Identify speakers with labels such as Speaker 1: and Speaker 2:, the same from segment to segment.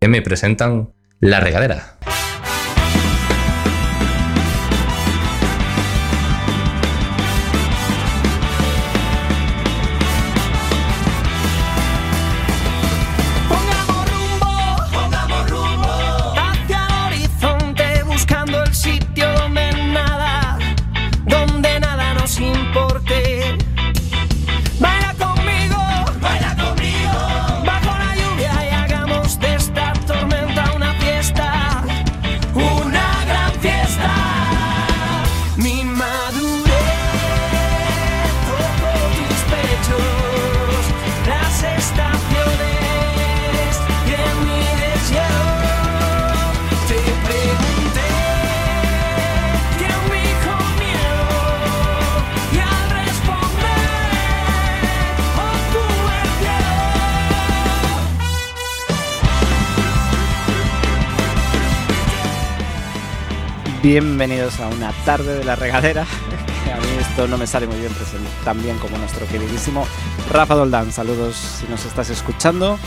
Speaker 1: que me presentan la regadera.
Speaker 2: Pongamos rumbo, pongamos rumbo hacia el horizonte, buscando el sitio donde nada, donde nada nos importe. Baila conmigo, baila conmigo, bajo la lluvia y hagamos de esta tormenta una fiesta, una gran fiesta. Mi madurez tocó tus pechos, las estaciones y en mi deseo te pregunté quién me miedo y al oh, responder obtuve el cielo.
Speaker 3: Bienvenidos a una tarde de la regadera. que A mí esto no me sale muy bien, pero tan bien como nuestro queridísimo Rafa Doldán. Saludos si nos estás escuchando.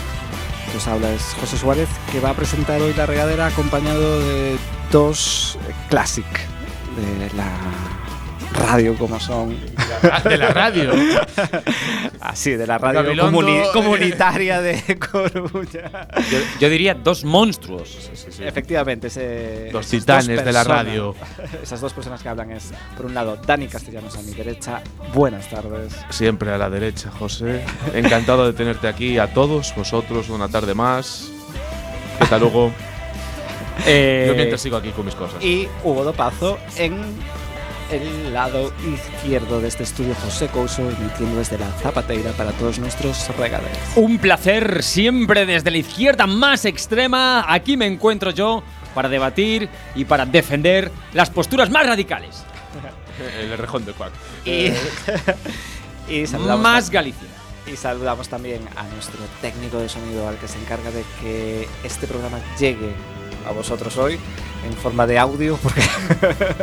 Speaker 3: Que os habla es José Suárez, que va a presentar hoy la regadera acompañado de dos eh, classic de la radio, como son.
Speaker 4: Ah, De la radio.
Speaker 3: Así, de la radio
Speaker 4: Gabilondo,
Speaker 3: comuni-
Speaker 4: eh.
Speaker 3: comunitaria de Coruña.
Speaker 5: Yo, yo diría dos monstruos.
Speaker 3: Efectivamente, ese,
Speaker 4: Los
Speaker 3: esas
Speaker 4: titanes
Speaker 3: dos
Speaker 4: de la
Speaker 3: personas-
Speaker 4: radio.
Speaker 3: Esas dos personas que hablan es, por un lado, Dani Castellanos a mi derecha. Buenas tardes.
Speaker 6: Siempre a la derecha, José. Encantado de tenerte aquí a todos vosotros una tarde más. Hasta luego.
Speaker 5: Eh,
Speaker 6: Yo mientras sigo aquí con mis cosas.
Speaker 3: Y Hugo Dopazo en el lado izquierdo de este estudio José Couso, emitiendo desde la Zapateira para todos nuestros regadores.
Speaker 5: Un placer siempre desde la izquierda más extrema. Aquí me encuentro yo para debatir y para defender las posturas más radicales.
Speaker 6: El rejón de Cuac.
Speaker 3: Y, y saludamos
Speaker 5: Más
Speaker 3: tam-
Speaker 5: Galicia.
Speaker 3: y saludamos también a nuestro técnico de sonido, al que se encarga de que este programa llegue a vosotros hoy en forma de audio, porque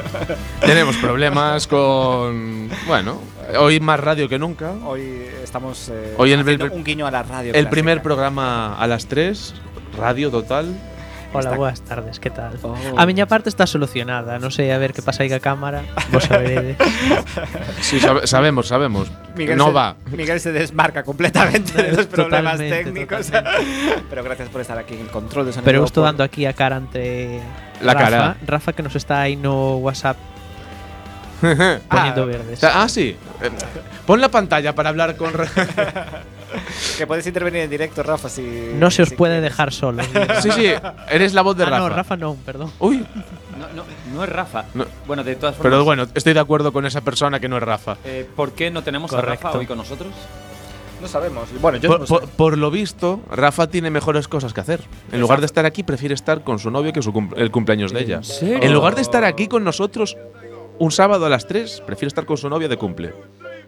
Speaker 6: Tenemos problemas con. Bueno, hoy más radio que nunca.
Speaker 3: hoy estamos eh,
Speaker 6: Hoy en el-
Speaker 3: haciendo un guiño a la radio.
Speaker 6: El primer
Speaker 3: clásica.
Speaker 6: programa a las 3, radio total.
Speaker 7: Hola,
Speaker 3: Está-
Speaker 7: buenas tardes, que tal?
Speaker 3: Oh.
Speaker 7: A miña parte está solucionada, non sei a ver que pasai ca cámara, vos saberedes.
Speaker 6: Sí, sabe- sabemos, sabemos. no
Speaker 3: se,
Speaker 6: va.
Speaker 3: Miguel se desmarca completamente de los problemas
Speaker 7: Oh. Totalmente,
Speaker 3: técnicos.
Speaker 7: totalmente.
Speaker 3: Pero gracias por estar aquí en el control de sonido.
Speaker 7: Pero eu estou
Speaker 3: por-
Speaker 7: dando aquí a cara ante
Speaker 6: La
Speaker 7: Rafa,
Speaker 6: cara.
Speaker 7: Rafa que nos está aí no WhatsApp
Speaker 3: Ah,
Speaker 7: poniendo verdes.
Speaker 6: Ah, sí. Eh, Pon la pantalla para hablar con. Ra-
Speaker 3: Que podéis intervenir en directo, Rafa, si.
Speaker 7: No se os
Speaker 3: si
Speaker 7: puede
Speaker 3: quieres.
Speaker 7: dejar solos.
Speaker 6: Sí, sí, eres la voz de
Speaker 7: ah, no,
Speaker 6: Rafa.
Speaker 7: Rafa non, perdón.
Speaker 6: Uy,
Speaker 5: No, no, no es Rafa.
Speaker 6: No.
Speaker 5: Bueno, de todas formas,
Speaker 6: pero bueno, estoy de acuerdo con esa persona que no es Rafa.
Speaker 5: eh, ¿por qué no tenemos a Rafa
Speaker 7: Correcto.
Speaker 5: hoy con nosotros?
Speaker 3: No sabemos. Bueno, yo
Speaker 6: Por,
Speaker 3: no
Speaker 6: por-
Speaker 3: sé.
Speaker 6: por lo visto, Rafa tiene mejores cosas que hacer. En lugar de estar aquí, prefiere estar con su novio que su cum- el cumpleaños de ella. En lugar de estar aquí con nosotros un sábado a las 3, prefiere estar con su novia de cumple.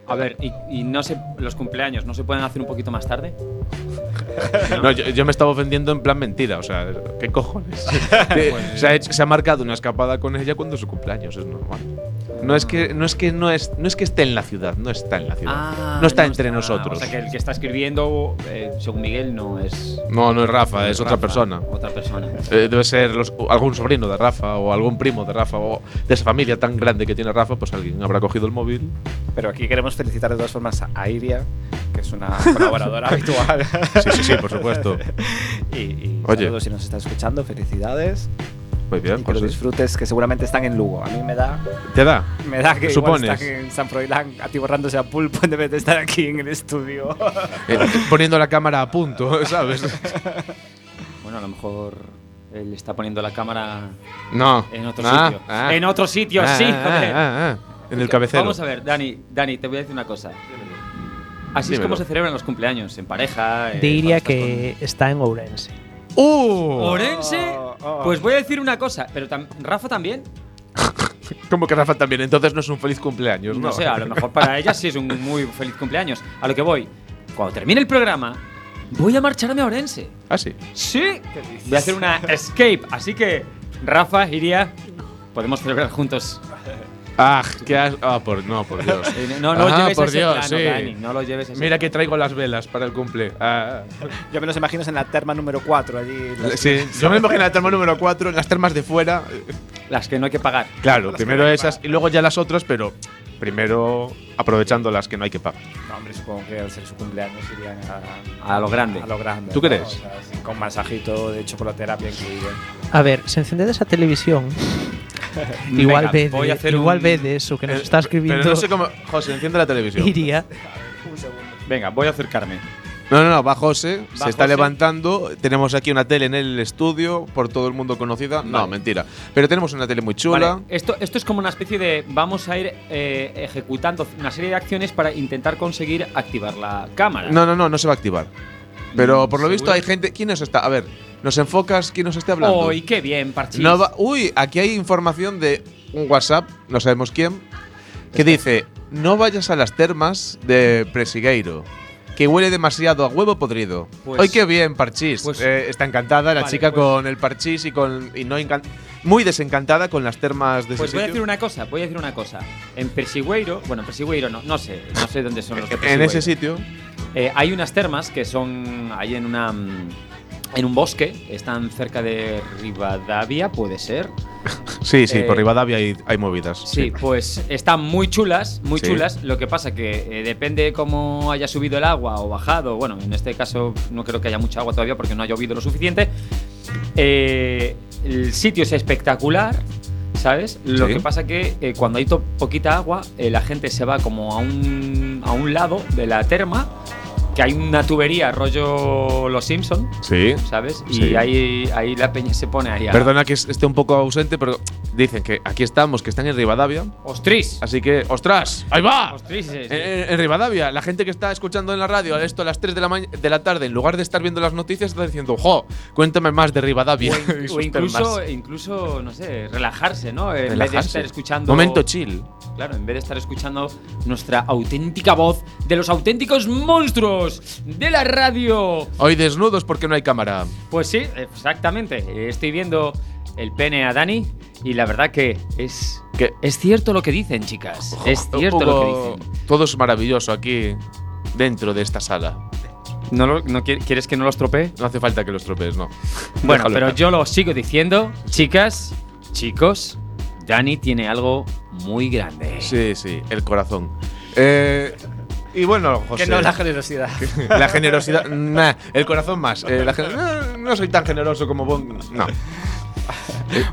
Speaker 5: A ver, y, y no sé, los cumpleaños, ¿no se pueden hacer un poquito más tarde?
Speaker 6: No, yo, yo me estaba ofendiendo en plan mentira. O sea, ¿qué cojones? Eh, se, ha hecho- se ha marcado una escapada con ella cuando es su cumpleaños, es normal. No es que no es que no es no es que esté en la ciudad, no está en la ciudad.
Speaker 5: Ah.
Speaker 6: no está entre nosotros.
Speaker 5: O sea, que el que está escribiendo, eh, según Miguel, no es.
Speaker 6: No, no es Rafa,
Speaker 5: no
Speaker 6: es otra
Speaker 5: Rafa,
Speaker 6: persona.
Speaker 5: Otra persona.
Speaker 6: Eh, debe ser los- o algún sobrino de Rafa o algún primo de Rafa o de esa familia tan grande que tiene Rafa, pues alguien habrá cogido el móvil.
Speaker 3: Pero aquí queremos felicitar de todas formas a Iria, que es una colaboradora habitual.
Speaker 6: Sí, sí, sí, por supuesto.
Speaker 3: Y, y
Speaker 6: Oye.
Speaker 3: saludos si nos está escuchando, felicidades.
Speaker 6: Muy
Speaker 3: y
Speaker 6: bien,
Speaker 3: que lo
Speaker 6: José.
Speaker 3: disfrutes, que seguramente están en Lugo. A mí me da,
Speaker 6: ¿Te da?
Speaker 3: me da que igual
Speaker 6: Supones.
Speaker 3: están en San Froilán atiborrándose a pulpo en vez de estar aquí en el estudio.
Speaker 6: Eh, poniendo la cámara a punto, ¿sabes?
Speaker 5: Bueno, a lo mejor él está poniendo la cámara
Speaker 6: No.
Speaker 5: en otro
Speaker 6: Ah,
Speaker 5: sitio.
Speaker 6: ah.
Speaker 5: en otro sitio,
Speaker 6: Ah,
Speaker 5: sí,
Speaker 6: ah,
Speaker 5: joder.
Speaker 6: ah, ah. En el cabecero.
Speaker 5: Vamos a ver, Dani, Dani, te voy a decir una cosa. Así es
Speaker 6: Dímelo.
Speaker 5: como se celebran los cumpleaños, en pareja. eh,
Speaker 7: Diría
Speaker 5: cuando estás
Speaker 7: que está en Ourense.
Speaker 5: con-
Speaker 6: ¡Uh!
Speaker 5: ¿Orense?
Speaker 3: Oh, oh.
Speaker 5: Pues voy a decir una cosa, pero tam- Rafa también.
Speaker 6: Como que Rafa también, entonces no es un feliz cumpleaños, ¿no?
Speaker 5: No sé, a lo mejor para ella sí es un muy feliz cumpleaños. A lo que voy, cuando termine el programa, voy a marcharme a Orense.
Speaker 6: Ah, sí.
Speaker 5: Sí. Voy a hacer una escape. Así que, Rafa, Iria, podemos celebrar juntos
Speaker 6: ¡Ah! ¡Qué as- ah, por, no, por Dios.
Speaker 5: Eh, No, no
Speaker 6: Ah,
Speaker 5: lleves
Speaker 6: por
Speaker 5: ese
Speaker 6: Dios,
Speaker 5: plano,
Speaker 6: sí.
Speaker 5: Dani, no lo lleves ese
Speaker 6: Mira que
Speaker 5: plano.
Speaker 6: traigo las velas para el cumple. Ah.
Speaker 3: Yo me los imagino en la terma número 4 allí. las-
Speaker 6: Sí, yo me imagino la terma número 4, las termas de fuera.
Speaker 5: Las que no hay que pagar.
Speaker 6: Claro, primero esas y luego ya las otras, pero primero aprovechando las que no hay que pagar.
Speaker 3: No, hombre, supongo que al ser su cumpleaños irían a,
Speaker 5: A lo grande.
Speaker 3: a lo grande.
Speaker 6: ¿Tú
Speaker 3: ¿no?
Speaker 6: crees?
Speaker 3: O sea, sí, con masajito de chocolaterapia incluido.
Speaker 7: A ver, si encended esa televisión, igual
Speaker 5: Venga,
Speaker 7: ve
Speaker 5: voy
Speaker 7: de-
Speaker 5: a hacer
Speaker 7: igual
Speaker 5: un-
Speaker 7: ve de eso que nos está escribiendo
Speaker 6: Eh, Pero no sé cómo. José, enciende la televisión.
Speaker 7: Iria.
Speaker 5: Venga, voy a acercarme.
Speaker 6: No, no, no, va José, se
Speaker 5: Va
Speaker 6: está
Speaker 5: José.
Speaker 6: levantando. Tenemos aquí una tele en el estudio, por todo el mundo conocida. No, mentira. Pero tenemos una tele muy chula.
Speaker 5: Vale, esto, esto es como una especie de. Vamos a ir eh, ejecutando una serie de acciones para intentar conseguir activar la cámara.
Speaker 6: No, no, no, no se va a activar. Pero por lo visto
Speaker 5: ¿seguro?
Speaker 6: hay gente. ¿Quién nos está? A ver, ¿nos enfocas? ¿Quién nos está hablando?
Speaker 5: ¡Uy, qué bien, Parchís!
Speaker 6: No va- uy, aquí hay información de un WhatsApp, no sabemos quién, que dice: No vayas a las termas de Presigueiro, que huele demasiado a huevo podrido.
Speaker 5: Pues-
Speaker 6: Hoy qué bien, Parchís.
Speaker 5: pues-
Speaker 6: Eh, está encantada la
Speaker 5: Vale,
Speaker 6: chica
Speaker 5: pues-
Speaker 6: con el Parchís y con y no encan- muy desencantada con las termas de
Speaker 5: Pues
Speaker 6: ese
Speaker 5: voy a decir
Speaker 6: sitio.
Speaker 5: una cosa, voy a decir una cosa. En Persigüeiro, bueno, en Persigüeiro no, no sé, no sé dónde son los de
Speaker 6: En
Speaker 5: Persigüeiro.
Speaker 6: ese sitio.
Speaker 5: Eh, hay unas termas que son ahí en una mm, en un bosque, están cerca de Rivadavia, puede ser.
Speaker 6: Sí, sí,
Speaker 5: Eh,
Speaker 6: por Rivadavia hay, hay movidas.
Speaker 5: Sí, pues están muy chulas, muy
Speaker 6: Sí.
Speaker 5: chulas. Lo que pasa que eh, depende cómo haya subido el agua o bajado. Bueno, en este caso no creo que haya mucha agua todavía porque no ha llovido lo suficiente. Eh, el sitio es espectacular, ¿sabes? Lo
Speaker 6: Sí.
Speaker 5: que pasa que eh, cuando hay to- poquita agua, eh, la gente se va como a un, a un lado de la terma, que hay una tubería rollo Los Simpson,
Speaker 6: Sí.
Speaker 5: ¿sabes? Y
Speaker 6: Sí.
Speaker 5: ahí, ahí la peña se pone ahí a...
Speaker 6: Perdona que es- esté un poco ausente, pero dicen que aquí estamos, que están en Rivadavia.
Speaker 5: ¡Ostris!
Speaker 6: Así que, ¡ostras! ¡Ahí va!
Speaker 5: ¡Ostris! sí, sí.
Speaker 6: Eh, En, en Rivadavia, la gente que está escuchando en la radio esto a las 3 de la, ma- de la tarde, en lugar de estar viendo las noticias, está diciendo, ¡jo! Cuéntame más de Rivadavia.
Speaker 5: O, in-
Speaker 6: y sus
Speaker 5: o incluso,
Speaker 6: termas.
Speaker 5: incluso, no sé, relajarse, ¿no? En vez de
Speaker 6: Relajarse.
Speaker 5: estar escuchando.
Speaker 6: Momento chill.
Speaker 5: Claro, en vez de estar escuchando nuestra auténtica voz de los auténticos monstruos de la radio.
Speaker 6: Hoy desnudos porque no hay cámara.
Speaker 5: Pues sí, exactamente. Estoy viendo el pene a Dani y la verdad que es.
Speaker 6: ¿Qué?
Speaker 5: Es cierto lo que dicen, chicas. Es
Speaker 6: Un
Speaker 5: cierto
Speaker 6: poco-
Speaker 5: lo que dicen.
Speaker 6: Todo es maravilloso aquí, dentro de esta sala.
Speaker 5: ¿No, lo- no qui- ¿Quieres que no lo estropee?
Speaker 6: No hace falta que los tropees, no.
Speaker 5: Bueno,
Speaker 6: Déjalo
Speaker 5: pero
Speaker 6: estar.
Speaker 5: yo lo sigo diciendo. Chicas, chicos, Dani tiene algo muy grande.
Speaker 6: Sí, sí, el corazón. Eh, y bueno, José.
Speaker 3: Que no la generosidad.
Speaker 6: La generosidad. Nah, el corazón más. Eh, la gen- no, no soy tan generoso como vos. No.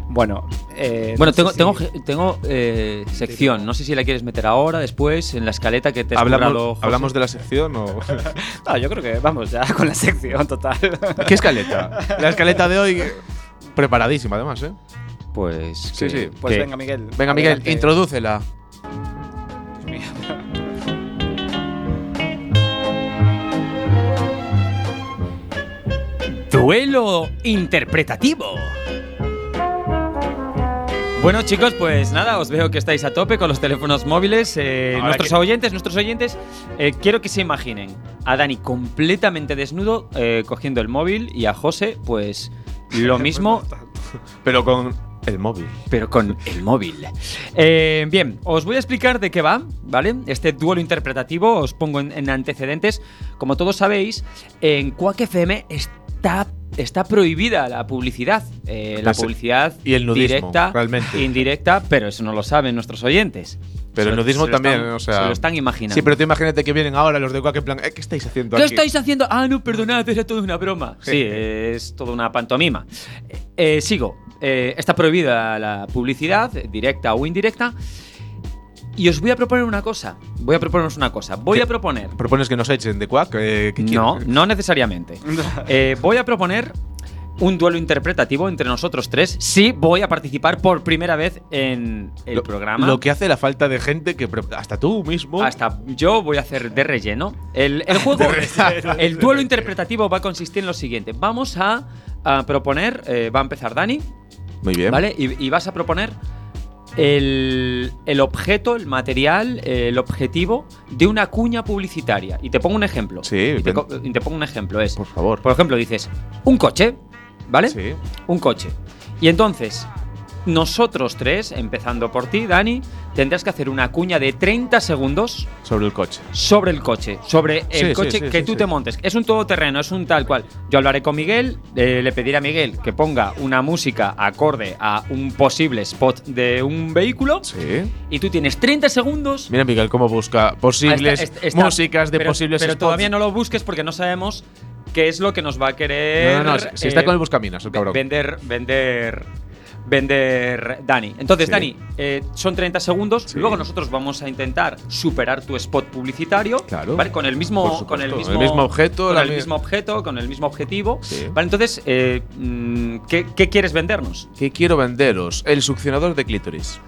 Speaker 3: bueno, eh,
Speaker 5: Bueno,
Speaker 3: no sé
Speaker 5: tengo,
Speaker 3: si-
Speaker 5: tengo, ge- tengo eh, sección. No sé si la quieres meter ahora, después, en la escaleta que te has currado,
Speaker 6: ¿Hablamos,
Speaker 5: José.
Speaker 6: ¿Hablamos de la sección o.?
Speaker 3: No, yo creo que vamos ya con la sección total.
Speaker 6: ¿Qué escaleta? La escaleta de hoy. Preparadísima, además, ¿eh?
Speaker 5: Pues.
Speaker 6: Sí, sí.
Speaker 3: Pues
Speaker 5: que-
Speaker 3: venga, Miguel.
Speaker 6: Venga, Miguel,
Speaker 3: adelante.
Speaker 6: introdúcela.
Speaker 5: Duelo interpretativo. Bueno chicos, pues nada, os veo que estáis a tope con los teléfonos móviles. Eh,
Speaker 6: Ahora
Speaker 5: nuestros
Speaker 6: que-
Speaker 5: oyentes, nuestros oyentes, eh, quiero que se imaginen a Dani completamente desnudo eh, cogiendo el móvil y a José, pues lo mismo,
Speaker 6: Pero con el móvil.
Speaker 5: pero con el móvil. Eh, bien, os voy a explicar de qué va, ¿vale? Este duelo interpretativo os pongo en, en antecedentes. Como todos sabéis, en Quack FM está, está prohibida la publicidad. eh, la
Speaker 6: Pues,
Speaker 5: publicidad
Speaker 6: y el nudismo,
Speaker 5: directa,
Speaker 6: realmente.
Speaker 5: indirecta, pero eso no lo saben nuestros oyentes.
Speaker 6: Pero el
Speaker 5: Se lo-
Speaker 6: nudismo
Speaker 5: se lo
Speaker 6: también,
Speaker 5: están-
Speaker 6: o sea-
Speaker 5: Se lo están imaginando.
Speaker 6: Sí, pero tú imagínate que vienen ahora los de Quack en plan. eh, ¿Qué estáis haciendo
Speaker 5: ¿Qué
Speaker 6: aquí?
Speaker 5: estáis haciendo? Ah, no, perdonad, era todo una broma. Sí, es toda una pantomima. Eh, eh, sigo. Eh, está prohibida la publicidad, eh, directa o indirecta. Y os voy a proponer una cosa. Voy a proponeros una cosa. Voy
Speaker 6: ¿Qué?
Speaker 5: a proponer.
Speaker 6: ¿Propones que nos echen de Quack? Eh, ¿qué
Speaker 5: No,
Speaker 6: quieres?
Speaker 5: no necesariamente. Eh, voy a proponer un duelo interpretativo entre nosotros tres. Sí, voy a participar por primera vez en el
Speaker 6: Lo-
Speaker 5: programa.
Speaker 6: Lo que hace la falta de gente que. pre- Hasta tú mismo.
Speaker 5: Hasta yo voy a hacer de relleno. El, el juego, el duelo interpretativo va a consistir en lo siguiente. Vamos a, a proponer, eh, va a empezar Dani,
Speaker 6: Muy bien.
Speaker 5: ¿vale? Y, y vas a proponer el, el objeto, el material, eh, el objetivo de una cuña publicitaria. Y te pongo un ejemplo.
Speaker 6: Sí,
Speaker 5: y
Speaker 6: ven-
Speaker 5: te, co- y te pongo un ejemplo. Es,
Speaker 6: Por favor.
Speaker 5: por ejemplo, dices, un coche, ¿vale?
Speaker 6: Sí.
Speaker 5: Un coche. Y entonces, Nosotros tres, empezando por ti, Dani, tendrás que hacer una cuña de 30 segundos
Speaker 6: sobre el coche.
Speaker 5: sobre el coche, sobre
Speaker 6: Sí,
Speaker 5: el
Speaker 6: sí,
Speaker 5: coche
Speaker 6: sí,
Speaker 5: que
Speaker 6: sí,
Speaker 5: tú
Speaker 6: sí.
Speaker 5: te montes. Es un todoterreno, es un tal cual. Yo hablaré con Miguel, eh, le pediré a Miguel que ponga una música acorde a un posible spot de un vehículo
Speaker 6: Sí.
Speaker 5: y tú tienes 30 segundos.
Speaker 6: Mira, Miguel, cómo busca posibles
Speaker 5: Ah, está- est- está-
Speaker 6: músicas de
Speaker 5: pero-
Speaker 6: posibles
Speaker 5: Pero
Speaker 6: spots.
Speaker 5: todavía no lo busques porque no sabemos qué es lo que nos va a querer.
Speaker 6: No, no, no, si, si está
Speaker 5: eh,
Speaker 6: con el buscaminas, el
Speaker 5: Ve-
Speaker 6: cabrón.
Speaker 5: Vender, vender, vender Dani. Entonces,
Speaker 6: Sí.
Speaker 5: Dani, eh, son 30 segundos.
Speaker 6: Sí.
Speaker 5: Luego nosotros vamos a intentar superar tu spot publicitario.
Speaker 6: Claro.
Speaker 5: ¿vale? Con el mismo,
Speaker 6: Por supuesto,
Speaker 5: con el
Speaker 6: el
Speaker 5: mismo,
Speaker 6: mismo objeto,
Speaker 5: Con
Speaker 6: la
Speaker 5: el
Speaker 6: mi-
Speaker 5: mismo objeto, con el mismo objetivo.
Speaker 6: Sí.
Speaker 5: Vale, entonces, eh, mm, ¿qué, qué quieres vendernos?
Speaker 6: ¿Qué quiero venderos? El succionador de clítoris.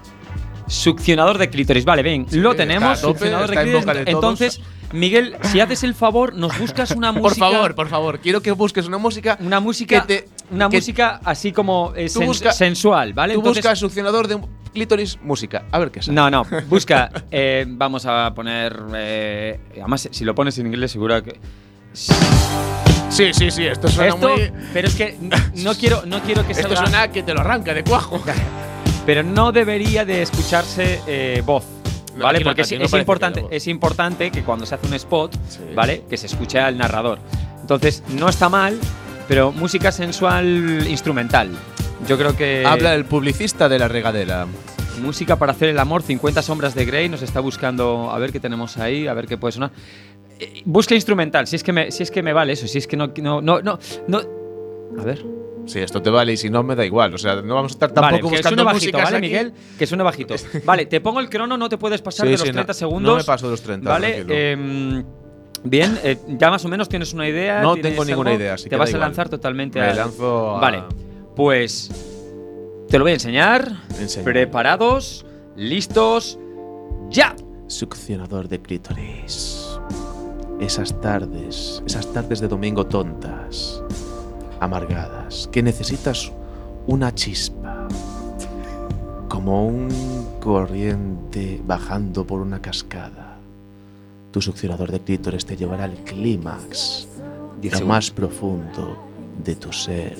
Speaker 5: Succionador de clítoris. Vale, bien, lo
Speaker 6: está
Speaker 5: tenemos.
Speaker 6: a tope,
Speaker 5: succionador de
Speaker 6: está en
Speaker 5: clítoris.
Speaker 6: boca de todos.
Speaker 5: entonces, Miguel, si haces el favor, nos buscas una
Speaker 6: Por
Speaker 5: música.
Speaker 6: favor, por favor, quiero que busques una música.
Speaker 5: Una
Speaker 6: que
Speaker 5: música,
Speaker 6: te-
Speaker 5: una
Speaker 6: que
Speaker 5: música así como eh,
Speaker 6: Tú
Speaker 5: sen-
Speaker 6: busca-
Speaker 5: sensual, ¿vale?
Speaker 6: Tú
Speaker 5: Entonces-
Speaker 6: buscas succionador de clítoris, música. A ver qué sale.
Speaker 5: No, no, busca. eh, vamos a poner. eh, además, si lo pones en inglés, seguro que.
Speaker 6: Sí, sí, sí, esto suena
Speaker 5: Esto,
Speaker 6: muy.
Speaker 5: pero es que n- no quiero, no quiero que
Speaker 6: Esto
Speaker 5: salga.
Speaker 6: suena que te lo arranca de cuajo.
Speaker 5: Pero no debería de escucharse eh, voz.
Speaker 6: No,
Speaker 5: ¿Vale?
Speaker 6: aquí no-
Speaker 5: Porque es,
Speaker 6: aquí no
Speaker 5: es
Speaker 6: parece que
Speaker 5: importante,
Speaker 6: haya voz.
Speaker 5: es importante que cuando se hace un spot,
Speaker 6: Sí.
Speaker 5: ¿vale? Que se escuche al narrador. Entonces, no está mal, pero música sensual instrumental. Yo creo que.
Speaker 6: Habla el publicista de la regadera.
Speaker 5: Música para hacer el amor, 50 sombras de Grey, nos está buscando a ver qué tenemos ahí, a ver qué puede sonar. Eh, Busca instrumental, si es que me, si es que me vale eso, si es que no, no, no, no, no. A ver.
Speaker 6: Sí, esto te vale y si no me da igual. O sea, no vamos a estar
Speaker 5: vale,
Speaker 6: tampoco
Speaker 5: que suene
Speaker 6: buscando
Speaker 5: bajito,
Speaker 6: músicas
Speaker 5: ¿vale,
Speaker 6: aquí.
Speaker 5: Miguel? Que suene bajito. Vale, te pongo el crono, no te puedes
Speaker 6: Sí,
Speaker 5: pasar de los
Speaker 6: sí,
Speaker 5: 30
Speaker 6: no-
Speaker 5: segundos.
Speaker 6: No me paso de los 30.
Speaker 5: Vale,
Speaker 6: tranquilo.
Speaker 5: em, bien, eh, ya más o menos tienes una idea.
Speaker 6: No
Speaker 5: tienes
Speaker 6: tengo ninguna
Speaker 5: algo,
Speaker 6: idea, así
Speaker 5: Te
Speaker 6: que da
Speaker 5: vas a
Speaker 6: igual.
Speaker 5: lanzar totalmente
Speaker 6: me
Speaker 5: al-
Speaker 6: lanzo a.
Speaker 5: Vale, pues te lo voy a enseñar.
Speaker 6: Enseña.
Speaker 5: Preparados, listos, ya.
Speaker 6: Succionador de clítoris. Esas tardes, esas tardes de domingo tontas, amargadas, que necesitas una chispa. Como un corriente bajando por una cascada. Tu succionador de clítoris te llevará al clímax, lo más profundo de tu ser,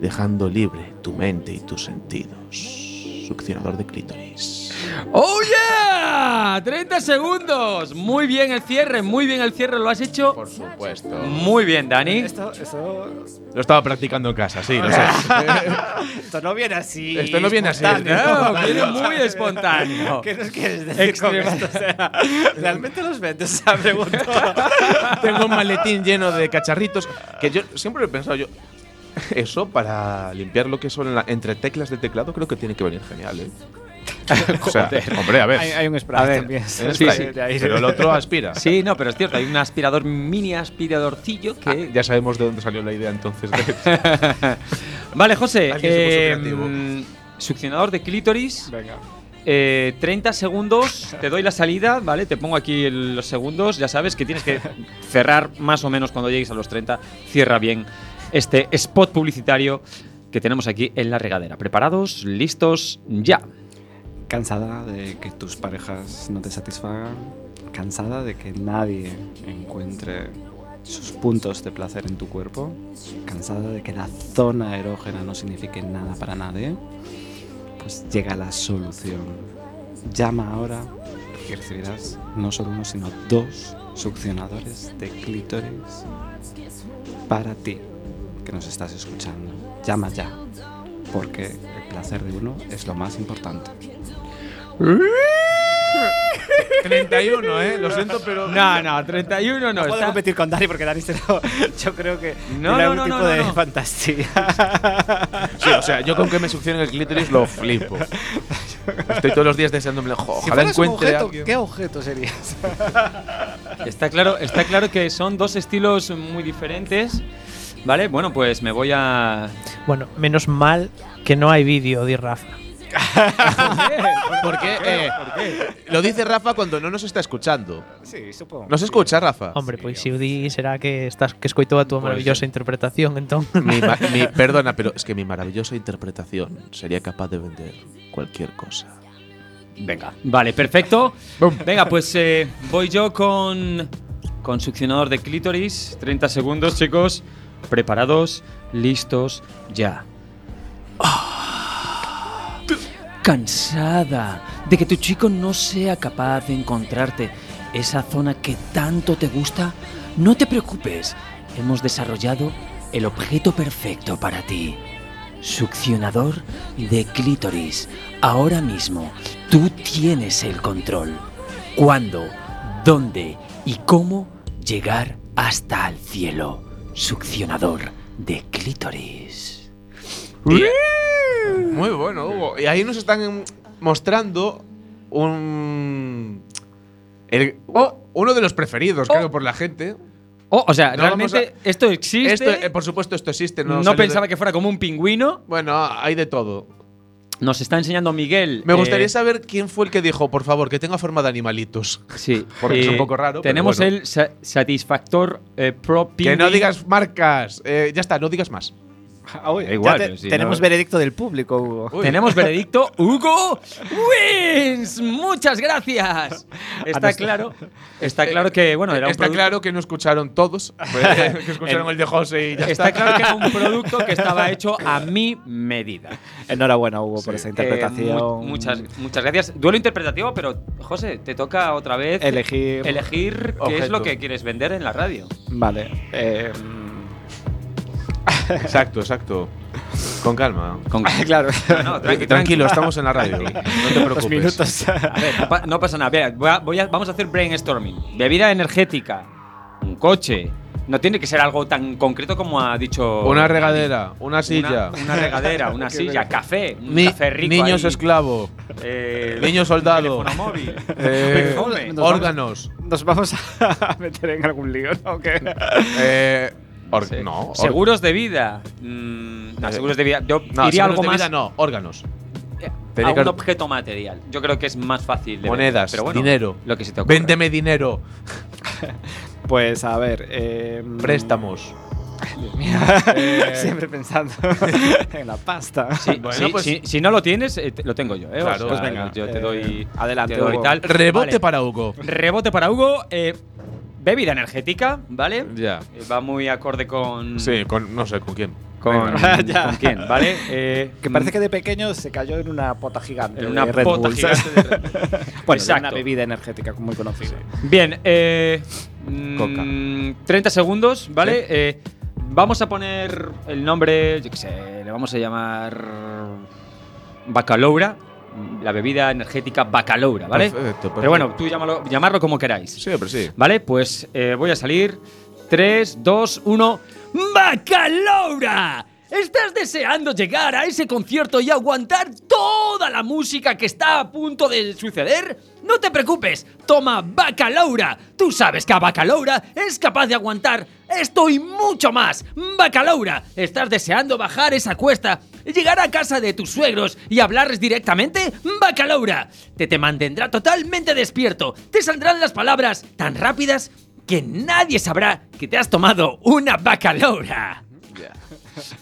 Speaker 6: dejando libre tu mente y tus sentidos. Succionador de clítoris.
Speaker 5: ¡Oh yeah! 30 segundos. Muy bien el cierre, muy bien el cierre, lo has hecho.
Speaker 6: Por supuesto.
Speaker 5: Muy bien, Dani.
Speaker 3: Esto, esto,
Speaker 6: Lo estaba practicando en casa, sí, lo sé.
Speaker 3: esto no viene así.
Speaker 6: Esto no viene así.
Speaker 5: No, viene muy espontáneo.
Speaker 3: ¿Qué nos quieres decir con
Speaker 5: Extrema-
Speaker 3: esto? O sea, ¿Realmente los vendes? Esa pregunta.
Speaker 6: Tengo un maletín lleno de cacharritos que yo siempre he pensado yo. Eso para limpiar lo que son la- entre teclas del teclado creo que tiene que venir genial, ¿eh? O sea, hombre, a ver.
Speaker 3: Hay, hay un spray.
Speaker 5: Pues, A ver,
Speaker 3: también,
Speaker 6: el
Speaker 3: ¿sabes?
Speaker 5: sí,
Speaker 6: spray,
Speaker 3: De aire.
Speaker 6: Pero el otro aspira.
Speaker 5: Sí, no, pero es cierto, hay un aspirador, mini aspiradorcillo
Speaker 6: Ah,
Speaker 5: que.
Speaker 6: ya sabemos de dónde salió la idea entonces. de-
Speaker 5: Ah, Vale, José.
Speaker 6: Alguien se puso
Speaker 5: em,
Speaker 6: creativo.
Speaker 5: succionador de clítoris.
Speaker 3: Venga.
Speaker 5: Eh, 30 segundos, te doy la salida, ¿vale? Te pongo aquí el- los segundos, ya sabes que tienes que cerrar más o menos cuando llegues a los 30, cierra bien este spot publicitario que tenemos aquí en la regadera. ¿Preparados? ¿Listos? Ya.
Speaker 3: Cansada de que tus parejas no te satisfagan. Cansada de que nadie encuentre sus puntos de placer en tu cuerpo. Cansada de que la zona erógena no signifique nada para nadie. Pues llega la solución. Llama ahora y recibirás no solo uno, sino dos succionadores de clítoris para ti que nos estás escuchando. Llama ya, porque el placer de uno es lo más importante.
Speaker 6: 31, ¿eh? Lo siento, pero.
Speaker 5: No, no, 31 no.
Speaker 3: puedo
Speaker 5: está-
Speaker 3: competir con Dani porque Dani se lo- yo creo que
Speaker 5: No,
Speaker 3: tiene
Speaker 5: no,
Speaker 3: algún
Speaker 5: no,
Speaker 3: tipo
Speaker 5: no,
Speaker 3: de
Speaker 5: no, no.
Speaker 3: fantasía.
Speaker 6: Sí, o sea, yo con que me succionen el clítoris lo flipo. Estoy todos los días deseándome. "Jo, Ojalá encuentre. a alguien".
Speaker 3: ¿Qué objeto serías?
Speaker 5: Está claro, está claro que son dos estilos muy diferentes. Vale, bueno, pues me voy a.
Speaker 7: Bueno, menos mal que no hay vídeo de Rafa.
Speaker 6: Porque eh, lo dice Rafa cuando no nos está escuchando.
Speaker 3: Sí, supongo.
Speaker 6: ¿Nos escucha, Rafa?
Speaker 7: Hombre, Pues pois se o di será que estás que escoitou a túa maravillosa interpretación, entón.
Speaker 6: Mi ma- mi- perdona, pero es que mi maravillosa interpretación sería capaz de vender cualquier cosa.
Speaker 5: Venga. Vale, perfecto. Venga, pues eh, voy yo con, con succionador de clítoris. 30 segundos, chicos. Preparados, listos, ya. cansada de que tu chico no sea capaz de encontrarte esa zona que tanto te gusta, no te preocupes. Hemos desarrollado el objeto perfecto para ti. Succionador de clítoris. Ahora mismo, tú tienes el control. ¿Cuándo, dónde y cómo llegar hasta el cielo? Succionador de clítoris.
Speaker 6: Muy bueno, Hugo. Y ahí nos están em, mostrando un. el- uno de los preferidos, creo, por la gente.
Speaker 5: Oh, o sea,
Speaker 6: No, vamos
Speaker 5: realmente esto existe.
Speaker 6: Esto, eh, por supuesto, esto existe. No,
Speaker 5: no
Speaker 6: salió de-
Speaker 5: pensaba que fuera como un pingüino.
Speaker 6: Bueno, hay de todo.
Speaker 5: Nos está enseñando Miguel.
Speaker 6: Me gustaría
Speaker 5: eh,
Speaker 6: saber quién fue el que dijo, por favor, que tenga forma de animalitos.
Speaker 5: Sí, eh,
Speaker 6: Porque es un poco raro, pero
Speaker 5: Tenemos
Speaker 6: bueno.
Speaker 5: el sa- Satisfactor eh, Pro
Speaker 6: Que no
Speaker 5: Pingüin.
Speaker 6: digas marcas. Eh, ya está, no digas más.
Speaker 3: Ah,
Speaker 5: Da igual,
Speaker 3: Ya
Speaker 5: pero si no-
Speaker 3: tenemos veredicto del público, Hugo.
Speaker 6: Uy.
Speaker 5: Tenemos veredicto Hugo Wins. Muchas gracias. Está claro, está claro que bueno era un
Speaker 6: Eh, Está
Speaker 5: produ-
Speaker 6: claro que no escucharon todos. pues, que escucharon el de José y ya está.
Speaker 5: Está claro que era un producto que estaba hecho a mi medida.
Speaker 3: Enhorabuena, Hugo, por esa
Speaker 5: Eh,
Speaker 3: interpretación.
Speaker 5: mu- muchas, muchas gracias. Duelo interpretativo, pero José, te toca otra vez
Speaker 3: Elegir.
Speaker 5: elegir qué es
Speaker 6: Objeto.
Speaker 5: lo que quieres vender en la radio.
Speaker 3: Vale. eh,
Speaker 6: Exacto, exacto. Con calma.
Speaker 3: claro.
Speaker 5: No, no, tranqui, tranqui.
Speaker 6: Tranquilo, estamos en la radio. No te
Speaker 3: Los
Speaker 6: preocupes.
Speaker 3: minutos.
Speaker 5: A ver, no, pa- no pasa nada. Mira, voy a- voy a- vamos a hacer brainstorming. Bebida energética, un coche. No tiene que ser algo tan concreto como ha dicho.
Speaker 6: Una regadera, una silla.
Speaker 5: Una, una regadera, una silla, café, un
Speaker 6: Ni-
Speaker 5: café rico.
Speaker 6: niños
Speaker 5: ahí,
Speaker 6: esclavo.
Speaker 5: eh,
Speaker 6: niños soldado.
Speaker 5: teléfono móvil.
Speaker 6: Eh,
Speaker 5: perfume.
Speaker 3: nos vamos-
Speaker 6: órganos.
Speaker 3: Nos vamos a meter en algún lío, ¿no? ¿Qué?
Speaker 6: Eh, or- No, or-
Speaker 5: Seguros de vida. Mm, no,
Speaker 6: Eh,
Speaker 5: seguros de vida. Yo
Speaker 6: No,
Speaker 5: diría
Speaker 6: seguros
Speaker 5: algo
Speaker 6: de
Speaker 5: más.
Speaker 6: vida no, órganos.
Speaker 5: eh,
Speaker 6: Te
Speaker 5: a
Speaker 6: digas-
Speaker 5: un objeto material. Yo creo que es más fácil. De vender,
Speaker 6: Monedas,
Speaker 5: pero bueno,
Speaker 6: dinero.
Speaker 5: Lo que se te ocurra.
Speaker 6: Véndeme dinero,
Speaker 3: Pues a ver. eh,
Speaker 6: préstamos.
Speaker 3: Siempre pensando en la pasta.
Speaker 5: Sí,
Speaker 6: Bueno,
Speaker 5: sí,
Speaker 6: pues-
Speaker 5: si, si no lo tienes, eh, te- lo tengo yo. ¿eh? O
Speaker 6: Claro,
Speaker 5: sea,
Speaker 6: pues venga.
Speaker 5: Yo te
Speaker 3: Eh,
Speaker 5: doy.
Speaker 3: adelante,
Speaker 5: te doy
Speaker 3: Hugo.
Speaker 5: tal.
Speaker 6: Rebote
Speaker 5: Vale.
Speaker 6: para Hugo.
Speaker 5: Rebote para Hugo. eh, bebida energética, ¿vale?
Speaker 6: Ya.
Speaker 5: Eh, Va muy acorde con.
Speaker 6: Sí, con, no sé con quién.
Speaker 5: Con,
Speaker 3: Ya.
Speaker 5: con quién, ¿vale? Eh,
Speaker 3: Que parece que de pequeño se cayó en una pota
Speaker 6: mm,
Speaker 3: gigante.
Speaker 5: en una
Speaker 3: de Red
Speaker 5: pota
Speaker 3: Bull, ¿sabes?
Speaker 5: gigante de Red Bull.
Speaker 3: Bueno, de
Speaker 5: Exacto.
Speaker 3: una bebida energética muy conocida.
Speaker 5: Bien, eh, mm,
Speaker 6: Coca.
Speaker 5: 30 segundos, ¿vale? Eh, vamos a poner el nombre, yo qué sé, le vamos a llamar Bacaloura, la bebida energética Bacaloura, ¿vale?
Speaker 6: Perfecto, perfecto.
Speaker 5: Pero bueno, tú llámalo, llamarlo como queráis.
Speaker 6: Sí, pero sí.
Speaker 5: Vale, pues eh, voy a salir. 3, 2, 1. ¡Bacalaura! ¿Estás deseando llegar a ese concierto y aguantar toda la música que está a punto de suceder? No te preocupes, toma Bacalaura. Tú sabes que a Bacalaura es capaz de aguantar esto y mucho más. Bacalaura, ¿estás deseando bajar esa cuesta? ¿Llegar a casa de tus suegros y hablarles directamente? Bacalaura, te te mantendrá totalmente despierto. Te saldrán las palabras tan rápidas que nadie sabrá que te has tomado una Bacalaura.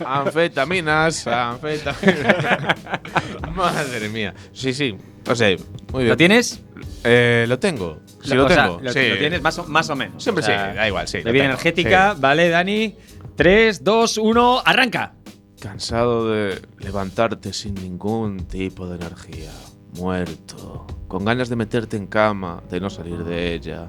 Speaker 6: Anfetaminas, anfetaminas. Madre mía. Sí, sí. O sea, muy bien.
Speaker 5: ¿Lo tienes?
Speaker 6: Eh, lo tengo. Sí,
Speaker 5: O
Speaker 6: lo
Speaker 5: sea,
Speaker 6: tengo.
Speaker 5: lo,
Speaker 6: sí.
Speaker 5: lo tienes más o, más o menos.
Speaker 6: Siempre
Speaker 5: O sea,
Speaker 6: sí, da igual, sí. lo
Speaker 5: Bebida
Speaker 6: tengo,
Speaker 5: energética, vale, Dani. 3, 2, 1, arranca.
Speaker 6: sí. Cansado de levantarte sin ningún tipo de energía. Muerto. Con ganas de meterte en cama, de no salir de ella.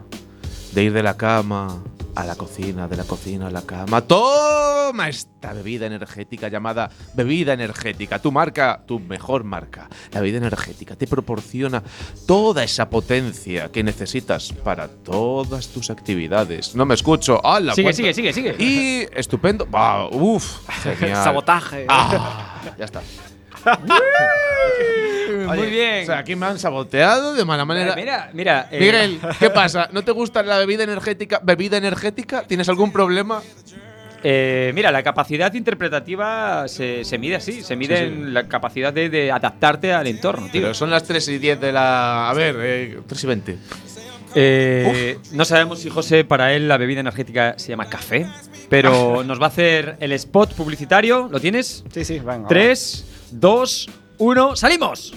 Speaker 6: De ir de la cama a la cocina, de la cocina a la cama. Toma esta bebida energética llamada bebida energética. Tu marca, tu mejor marca. La bebida energética te proporciona toda esa potencia que necesitas para todas tus actividades. No me escucho. ¡Hala!
Speaker 5: Sigue,
Speaker 6: cuánto-
Speaker 5: sigue, sigue, sigue.
Speaker 6: Y estupendo. Va, uf, genial.
Speaker 3: Sabotaje.
Speaker 6: Ah, ya está.
Speaker 5: Pues Muy bien.
Speaker 6: O sea, aquí me han saboteado de mala
Speaker 5: mira,
Speaker 6: manera.
Speaker 5: mira, mira, eh,
Speaker 6: Miguel, ¿qué pasa? ¿No te gusta la bebida energética? ¿Bebida energética? ¿Tienes algún problema?
Speaker 5: Eh, mira, la capacidad interpretativa se, se mide así, se mide
Speaker 6: Sí, sí.
Speaker 5: en la capacidad de, de adaptarte al entorno, tío.
Speaker 6: Pero son las 3 y 10 de la. A ver, eh, 3 y 20.
Speaker 5: Eh, no sabemos si José para él la bebida energética se llama café,
Speaker 6: Ah.
Speaker 5: pero nos va a hacer el spot publicitario. ¿Lo tienes?
Speaker 3: Sí, sí,
Speaker 6: Ah.
Speaker 3: venga. va.
Speaker 5: 3, 2, 1, salimos.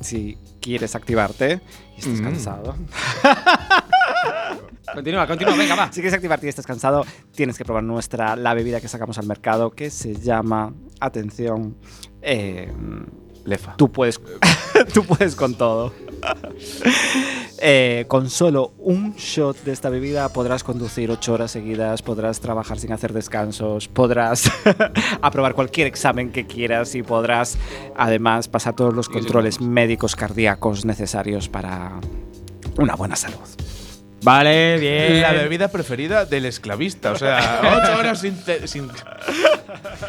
Speaker 3: Si quieres activarte y estás
Speaker 6: Mm.
Speaker 3: cansado.
Speaker 5: Continúa, continúa, venga, va.
Speaker 3: Si quieres activarte y estás cansado, tienes que probar nuestra, la bebida que sacamos al mercado, que se llama, atención, eh,
Speaker 6: Lefa.
Speaker 3: Tú puedes, tú puedes con todo. Eh, con solo un shot de esta bebida podrás conducir ocho horas seguidas, podrás trabajar sin hacer descansos, podrás aprobar cualquier examen que quieras y podrás además pasar todos los controles médicos cardíacos necesarios para una buena salud.
Speaker 5: Vale, bien.
Speaker 6: La bebida preferida del esclavista. O sea, ocho horas sin. te- sin-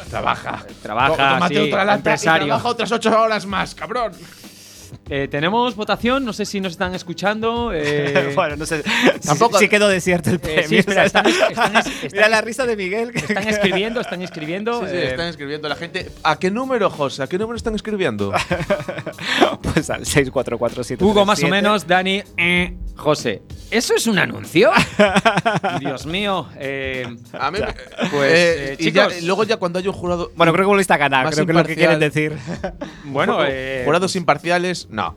Speaker 6: Trabaja.
Speaker 5: Trabaja,
Speaker 6: Tómate
Speaker 5: sí,
Speaker 6: otra lata
Speaker 5: empresario.
Speaker 6: y trabaja otras ocho horas más, cabrón.
Speaker 5: Eh, tenemos votación, no sé si nos están escuchando. eh,
Speaker 3: bueno, no sé.
Speaker 6: Tampoco-
Speaker 3: Sí, sí quedó desierto el premio.
Speaker 5: Eh, sí, espera, están- están- están-
Speaker 3: Mira la risa de Miguel. que-
Speaker 5: Están escribiendo, están escribiendo.
Speaker 6: Sí, sí,
Speaker 5: eh,
Speaker 6: están escribiendo la gente. ¿A qué número, José? ¿A qué número están escribiendo?
Speaker 3: Pues al 6447.
Speaker 5: Hugo más o menos, Dani, eh, José. ¿Eso es un anuncio? Dios mío. eh,
Speaker 6: A mí. me-
Speaker 5: Pues,
Speaker 6: Eh,
Speaker 5: eh,
Speaker 6: y ya-
Speaker 5: chicos.
Speaker 6: luego, ya cuando hay un jurado.
Speaker 3: Bueno, creo que volviste a ganar,
Speaker 6: Más
Speaker 3: creo que es lo que quieren
Speaker 6: imparcial.
Speaker 3: decir.
Speaker 5: bueno,
Speaker 6: jurado-
Speaker 5: eh,
Speaker 6: jurados imparciales, no.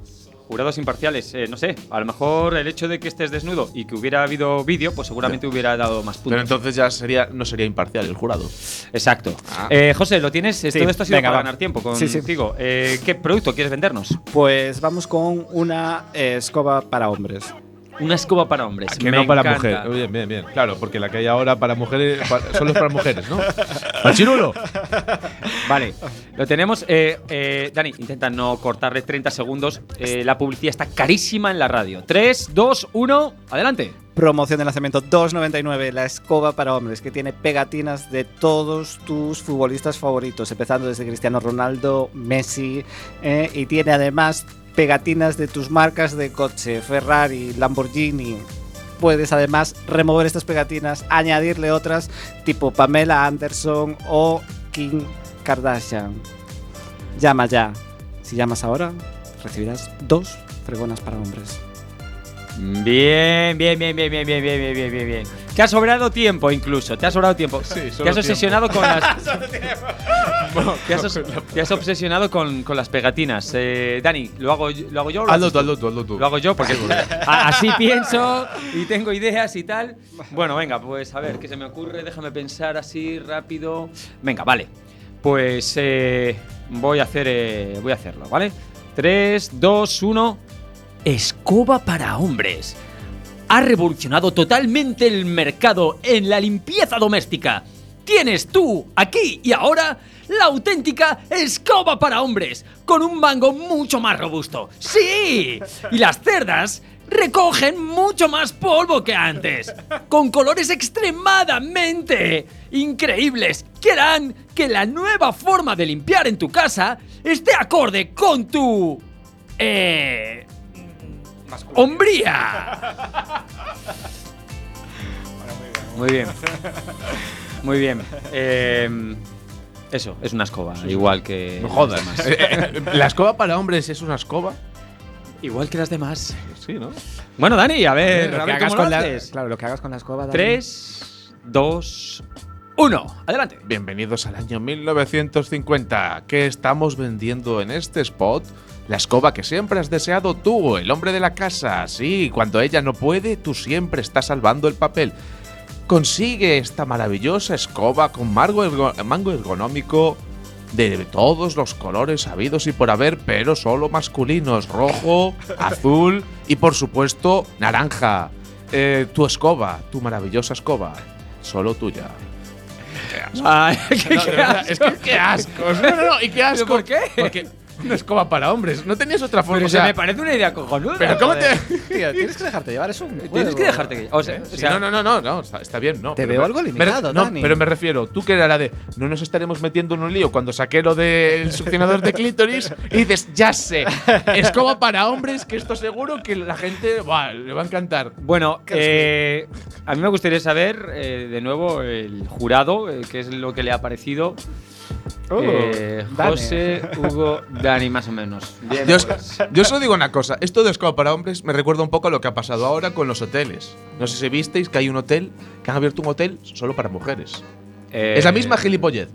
Speaker 5: jurados imparciales, eh, no sé. A lo mejor el hecho de que estés desnudo y que hubiera habido vídeo, pues seguramente hubiera dado más
Speaker 6: Pero
Speaker 5: puntos.
Speaker 6: entonces ya sería, no sería imparcial el jurado.
Speaker 5: Exacto.
Speaker 6: Ah.
Speaker 5: Eh, José, lo tienes. Todo esto ha sido
Speaker 3: venga,
Speaker 5: para
Speaker 3: va.
Speaker 5: ganar tiempo
Speaker 3: Sí, sí.
Speaker 5: contigo. Eh, ¿Qué producto quieres vendernos?
Speaker 3: Pues vamos con una eh, escoba para hombres.
Speaker 5: Una escoba para hombres. Me encanta.
Speaker 6: Bien, bien, bien. Claro, porque la que hay ahora para mujeres pa- solo es para mujeres, ¿no? ¡Machirulo!
Speaker 5: Vale, lo tenemos. eh, eh, Dani, intenta no cortarle 30 segundos. Eh, la publicidad está carísima en la radio. 3, 2, 1, adelante.
Speaker 3: Promoción de lanzamiento 2.99, la escoba para hombres, que tiene pegatinas de todos tus futbolistas favoritos, empezando desde Cristiano Ronaldo, Messi, eh, y tiene además pegatinas de tus marcas de coche, Ferrari, Lamborghini. Puedes además remover estas pegatinas, añadirle otras tipo Pamela Anderson o Kim Kardashian. Llama ya. Si llamas ahora, recibirás dos fregonas para hombres.
Speaker 5: Bien, bien, bien, bien, bien, bien, bien, bien, bien, bien, bien. Te ha sobrado tiempo incluso, te ha sobrado tiempo.
Speaker 6: Sí, solo
Speaker 5: te has obsesionado con las.
Speaker 6: Bueno,
Speaker 5: Te has, os- te has obsesionado con, con las pegatinas. Eh, Dani, ¿lo hago, yo- ¿lo hago yo? o lo
Speaker 6: hazlo
Speaker 5: haces
Speaker 6: tú,
Speaker 5: tú?
Speaker 6: hazlo tú, hazlo tú.
Speaker 5: Lo hago yo porque a- así pienso y tengo ideas y tal. Bueno, venga, pues a ver, ¿qué se me ocurre? Déjame pensar así rápido. Venga, vale. Pues eh, voy a hacer eh, voy a hacerlo, ¿vale? 3 2 1 Escoba para hombres. Ha revolucionado totalmente el mercado en la limpieza doméstica. Tienes tú, aquí y ahora, la auténtica escoba para hombres, con un mango mucho más robusto. ¡Sí! Y las cerdas recogen mucho más polvo que antes, con colores extremadamente increíbles que harán que la nueva forma de limpiar en tu casa esté acorde con tu... Eh... ¡Hombría! Muy bien. Muy bien. Eh, eso, es una escoba, igual que.
Speaker 6: No jodas.
Speaker 5: las demás.
Speaker 6: Eh, eh, La escoba para hombres es una escoba.
Speaker 5: Igual que las demás.
Speaker 6: Sí, ¿no?
Speaker 5: Bueno, Dani, a ver,
Speaker 3: lo
Speaker 5: a
Speaker 3: que
Speaker 5: ver
Speaker 3: hagas
Speaker 5: cómo
Speaker 3: con
Speaker 5: lo
Speaker 3: la,
Speaker 5: haces.
Speaker 3: claro, lo que hagas con la escoba. Dani.
Speaker 5: 3, 2, 1. Adelante.
Speaker 6: Bienvenidos al año 1950. ¿Qué estamos vendiendo en este spot? La escoba que siempre has deseado tú, el hombre de la casa. Sí, cuando ella no puede, tú siempre estás salvando el papel. Consigue esta maravillosa escoba con margo ergo- mango ergonómico de todos los colores habidos y por haber, pero solo masculinos. Rojo, azul y por supuesto naranja. Eh, tu escoba, tu maravillosa escoba, solo tuya.
Speaker 5: Ay, qué-
Speaker 6: No, de
Speaker 5: qué
Speaker 6: verdad,
Speaker 5: asco.
Speaker 6: es que qué asco. No, no, no, y qué asco.
Speaker 5: por qué?
Speaker 6: Porque no es coba para hombres. No tenías otra forma.
Speaker 5: Pero
Speaker 6: o
Speaker 5: se
Speaker 6: sea,
Speaker 5: me parece una idea cojonuda.
Speaker 6: pero ¿cómo te.?
Speaker 5: joder.
Speaker 3: Tío, tienes que dejarte llevar, es un juego.
Speaker 5: Tienes que dejarte que. O sea,
Speaker 6: ¿Eh? Sí,
Speaker 5: o sea,
Speaker 6: no, no, no, no, no, está, está bien, no.
Speaker 3: Te
Speaker 6: pero
Speaker 3: veo
Speaker 6: me-
Speaker 3: algo
Speaker 6: me-
Speaker 3: limitado,
Speaker 6: no,
Speaker 3: Dani.
Speaker 6: pero me refiero, tú que era la de no nos estaremos metiendo en un lío cuando saqué lo del succionador de clítoris y dices, ya sé, es como para hombres que esto seguro que la gente buah, le va a encantar.
Speaker 5: Bueno, eh, a mí me gustaría saber eh, de nuevo el jurado, eh, qué es lo que le ha parecido.
Speaker 3: Oh,
Speaker 5: Eh,
Speaker 3: Dani.
Speaker 5: José, Hugo, Dani, más o menos. Bien,
Speaker 6: Yo, os-
Speaker 5: pues.
Speaker 6: yo solo digo una cosa, esto de escoba para hombres me recuerda un poco a lo que ha pasado ahora con los hoteles. No sé si visteis que hay un hotel, que han abierto un hotel solo para mujeres.
Speaker 5: Eh,
Speaker 6: es la misma gilipollez.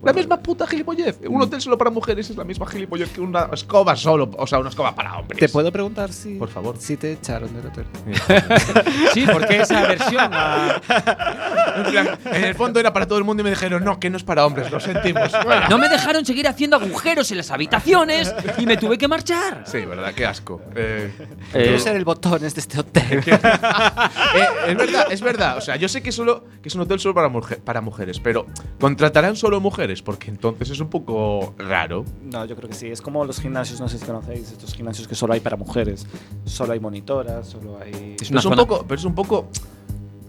Speaker 6: La misma puta gilipollez. Un hotel solo para mujeres es la misma gilipollez que una escoba solo, o sea, una escoba para hombres.
Speaker 3: Te puedo preguntar si.
Speaker 6: Por favor.
Speaker 3: Si te echaron del hotel.
Speaker 5: Sí, porque esa versión a,
Speaker 6: En, plan, en el fondo era para todo el mundo y me dijeron, no, que no es para hombres, lo sentimos.
Speaker 5: No me dejaron seguir haciendo agujeros en las habitaciones y me tuve que marchar.
Speaker 6: Sí, verdad, qué asco. Eh,
Speaker 3: Quiero ser el botón de este hotel.
Speaker 6: eh, es verdad, es verdad. O sea, yo sé que, solo, que es un hotel solo para, mujer- para mujeres, pero ¿contratarán solo mujeres? Porque entonces es un poco raro.
Speaker 3: No, yo creo que sí. Es como los gimnasios, no sé si conocéis, estos gimnasios que solo hay para mujeres. Solo hay monitoras, solo hay.
Speaker 5: Es
Speaker 6: Pero
Speaker 5: una
Speaker 6: es un
Speaker 5: zona-
Speaker 6: poco, pero es un poco.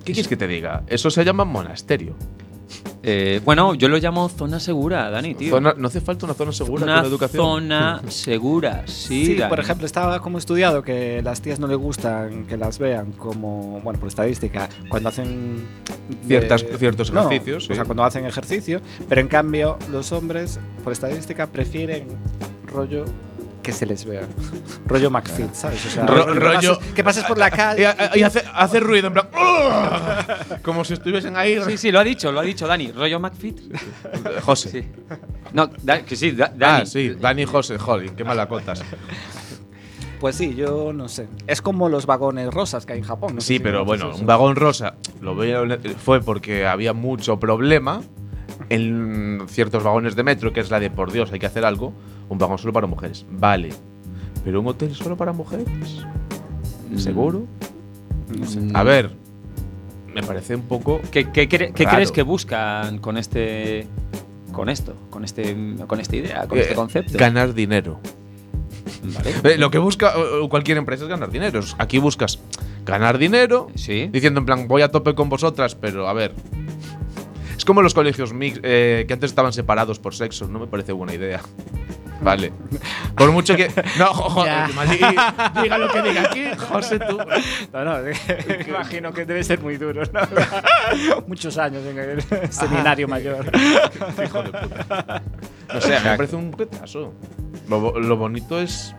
Speaker 6: ¿Qué quieres que te diga? Eso se llama monasterio.
Speaker 5: Eh, bueno, yo lo llamo zona segura, Dani, tío.
Speaker 6: Zona- no hace falta una zona segura
Speaker 5: una
Speaker 6: con educación.
Speaker 5: zona segura, sí.
Speaker 3: Sí,
Speaker 5: Dani.
Speaker 3: por ejemplo, estaba como estudiado que las tías no le gustan que las vean como, bueno, por estadística, cuando hacen
Speaker 6: Ciertas- ciertos ejercicios,
Speaker 3: O
Speaker 6: sí.
Speaker 3: sea, cuando hacen ejercicio, pero en cambio los hombres, por estadística, prefieren rollo que se les vea. rollo McFit, ¿sabes? O sea,
Speaker 6: Ro-
Speaker 3: que
Speaker 6: rollo- Ah,
Speaker 3: pases- que pases por la
Speaker 6: Y,
Speaker 3: calle.
Speaker 6: a- Eh, y hace, hace ruido, en plan. "Ugh", Como si estuviesen ahí.
Speaker 5: Sí, sí, lo ha dicho, lo ha dicho Dani. Rollo McFit.
Speaker 6: José.
Speaker 5: Sí. No, Da- que sí, Da- Dani.
Speaker 6: Ah, sí, Dani José, jolín, qué mala cotas. ah.
Speaker 3: Pues sí, yo no sé. Es como los vagones rosas que hay en Japón. no sé
Speaker 6: Sí,
Speaker 3: si
Speaker 6: pero
Speaker 3: conoces
Speaker 6: bueno,
Speaker 3: eso.
Speaker 6: un vagón rosa lo veo- fue porque había mucho problema en ciertos vagones de metro, que es la de por Dios, hay que hacer algo. Un vagón solo para mujeres, vale. Pero un hotel solo para mujeres,
Speaker 3: Mm.
Speaker 6: ¿seguro? A ver, me parece un poco.
Speaker 5: ¿Qué, qué cre- qué
Speaker 6: Raro.
Speaker 5: crees que buscan con este. con esto, con este. con esta idea, con este
Speaker 6: eh,
Speaker 5: concepto?
Speaker 6: Ganar dinero.
Speaker 5: Vale.
Speaker 6: Eh, Lo que busca eh, cualquier empresa es ganar dinero. Aquí buscas ganar dinero,
Speaker 5: Sí.
Speaker 6: diciendo en plan, voy a tope con vosotras, pero a ver. Es como los colegios mix, eh, que antes estaban separados por sexo, no me parece buena idea. Vale. Por mucho que. No, jo- jo-
Speaker 3: Ya.
Speaker 6: Madrid, diga lo que diga aquí, José, tú.
Speaker 3: No, no, me imagino que debe ser muy duro, ¿no? Muchos años en el seminario mayor.
Speaker 6: Hijo de puta. No sé, a mí me parece un retazo. Lo, bo- lo bonito es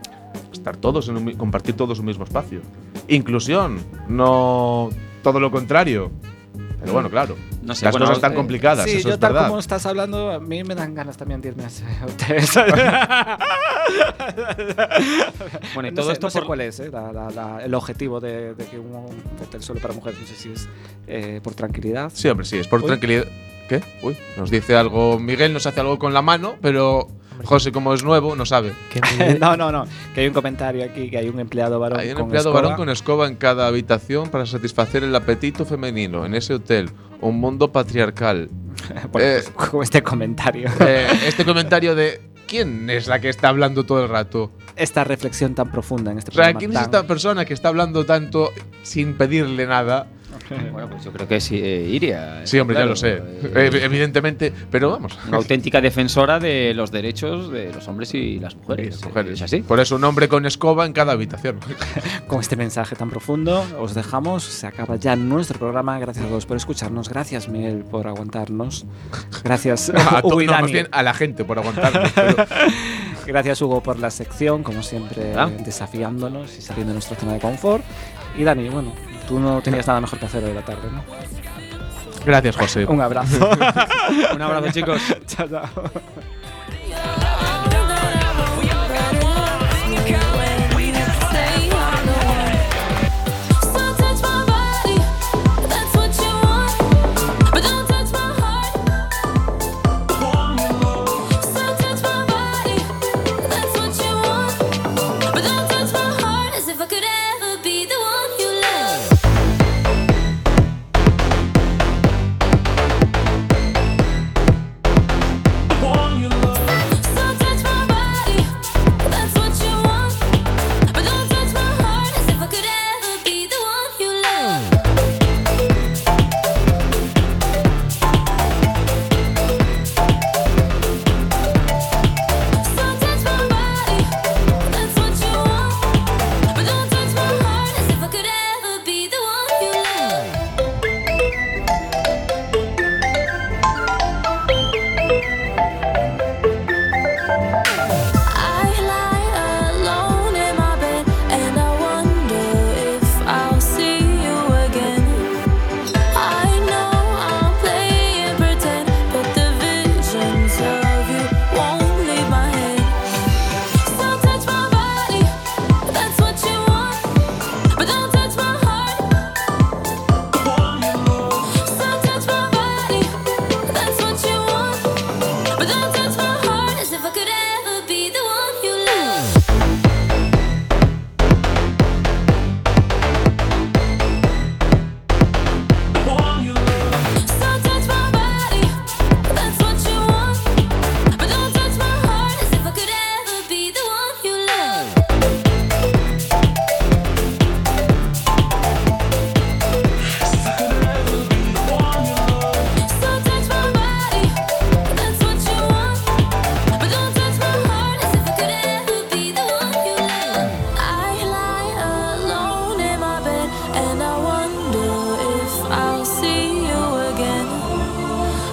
Speaker 6: estar todos en un mi- compartir todos un mismo espacio. Inclusión, no todo lo contrario. Pero bueno, claro.
Speaker 5: No sé,
Speaker 6: las
Speaker 5: bueno,
Speaker 6: cosas están
Speaker 5: eh,
Speaker 6: complicadas,
Speaker 3: Sí,
Speaker 6: eso
Speaker 3: yo
Speaker 6: es
Speaker 3: tal
Speaker 6: verdad.
Speaker 3: como estás hablando, a mí me dan ganas también de irme a ese hotel.
Speaker 5: Bueno, y
Speaker 3: No
Speaker 5: todo
Speaker 3: sé-
Speaker 5: esto
Speaker 3: no sé
Speaker 5: por.
Speaker 3: cuál es eh, la- la- la- el objetivo de, de que un hotel solo para mujeres, no sé si es eh, por tranquilidad.
Speaker 6: Sí, hombre, sí, es por
Speaker 3: Uy.
Speaker 6: tranquilidad. ¿Qué? Uy, nos dice algo. Miguel nos hace algo con la mano, pero José, como es nuevo, no sabe.
Speaker 7: Que me-
Speaker 3: no, no, no, que hay un comentario aquí, que hay un empleado varón
Speaker 6: Hay un
Speaker 3: con
Speaker 6: empleado
Speaker 3: escoba.
Speaker 6: varón con escoba en cada habitación para satisfacer el apetito femenino en ese hotel. Un mundo patriarcal.
Speaker 3: Bueno,
Speaker 6: Eh,
Speaker 3: pues, con este comentario.
Speaker 6: Eh, este comentario de ¿quién es la que está hablando todo el rato?
Speaker 3: Esta reflexión tan profunda en este
Speaker 6: O sea,
Speaker 3: programa.
Speaker 6: ¿quién es
Speaker 3: tan-
Speaker 6: esta persona que está hablando tanto sin pedirle nada?
Speaker 5: Bueno, pues yo creo que sí, eh, iría.
Speaker 6: Sí, hombre,
Speaker 5: claro,
Speaker 6: ya lo sé.
Speaker 5: eh,
Speaker 6: Eh, Evidentemente, pero vamos.
Speaker 5: una auténtica defensora de los derechos de los hombres y las mujeres.
Speaker 6: Las mujeres. Pues,
Speaker 5: ¿Es así?
Speaker 6: Por eso un hombre con escoba en cada habitación.
Speaker 3: Con este mensaje tan profundo, os dejamos. Se acaba ya nuestro programa. Gracias a todos por escucharnos. Gracias, Miguel, por aguantarnos. Gracias,
Speaker 6: A, to-
Speaker 3: Hugo y
Speaker 6: no, más
Speaker 3: Dani.
Speaker 6: bien a la gente por aguantarnos. pero-
Speaker 3: Gracias, Hugo, por la sección, como siempre,
Speaker 5: Ah.
Speaker 3: desafiándonos y saliendo de nuestra zona de confort. Y Dani, bueno, tú no tenías nada mejor que hacer hoy de la tarde, ¿no?
Speaker 6: Gracias, José.
Speaker 3: Un abrazo.
Speaker 5: Un abrazo, chicos.
Speaker 3: chao, chao.
Speaker 4: So touch my body, that's what you want, but don't touch my heart. So touch my body, that's what you want, but don't touch my heart. As if I could ever be the one you love.
Speaker 2: One you love.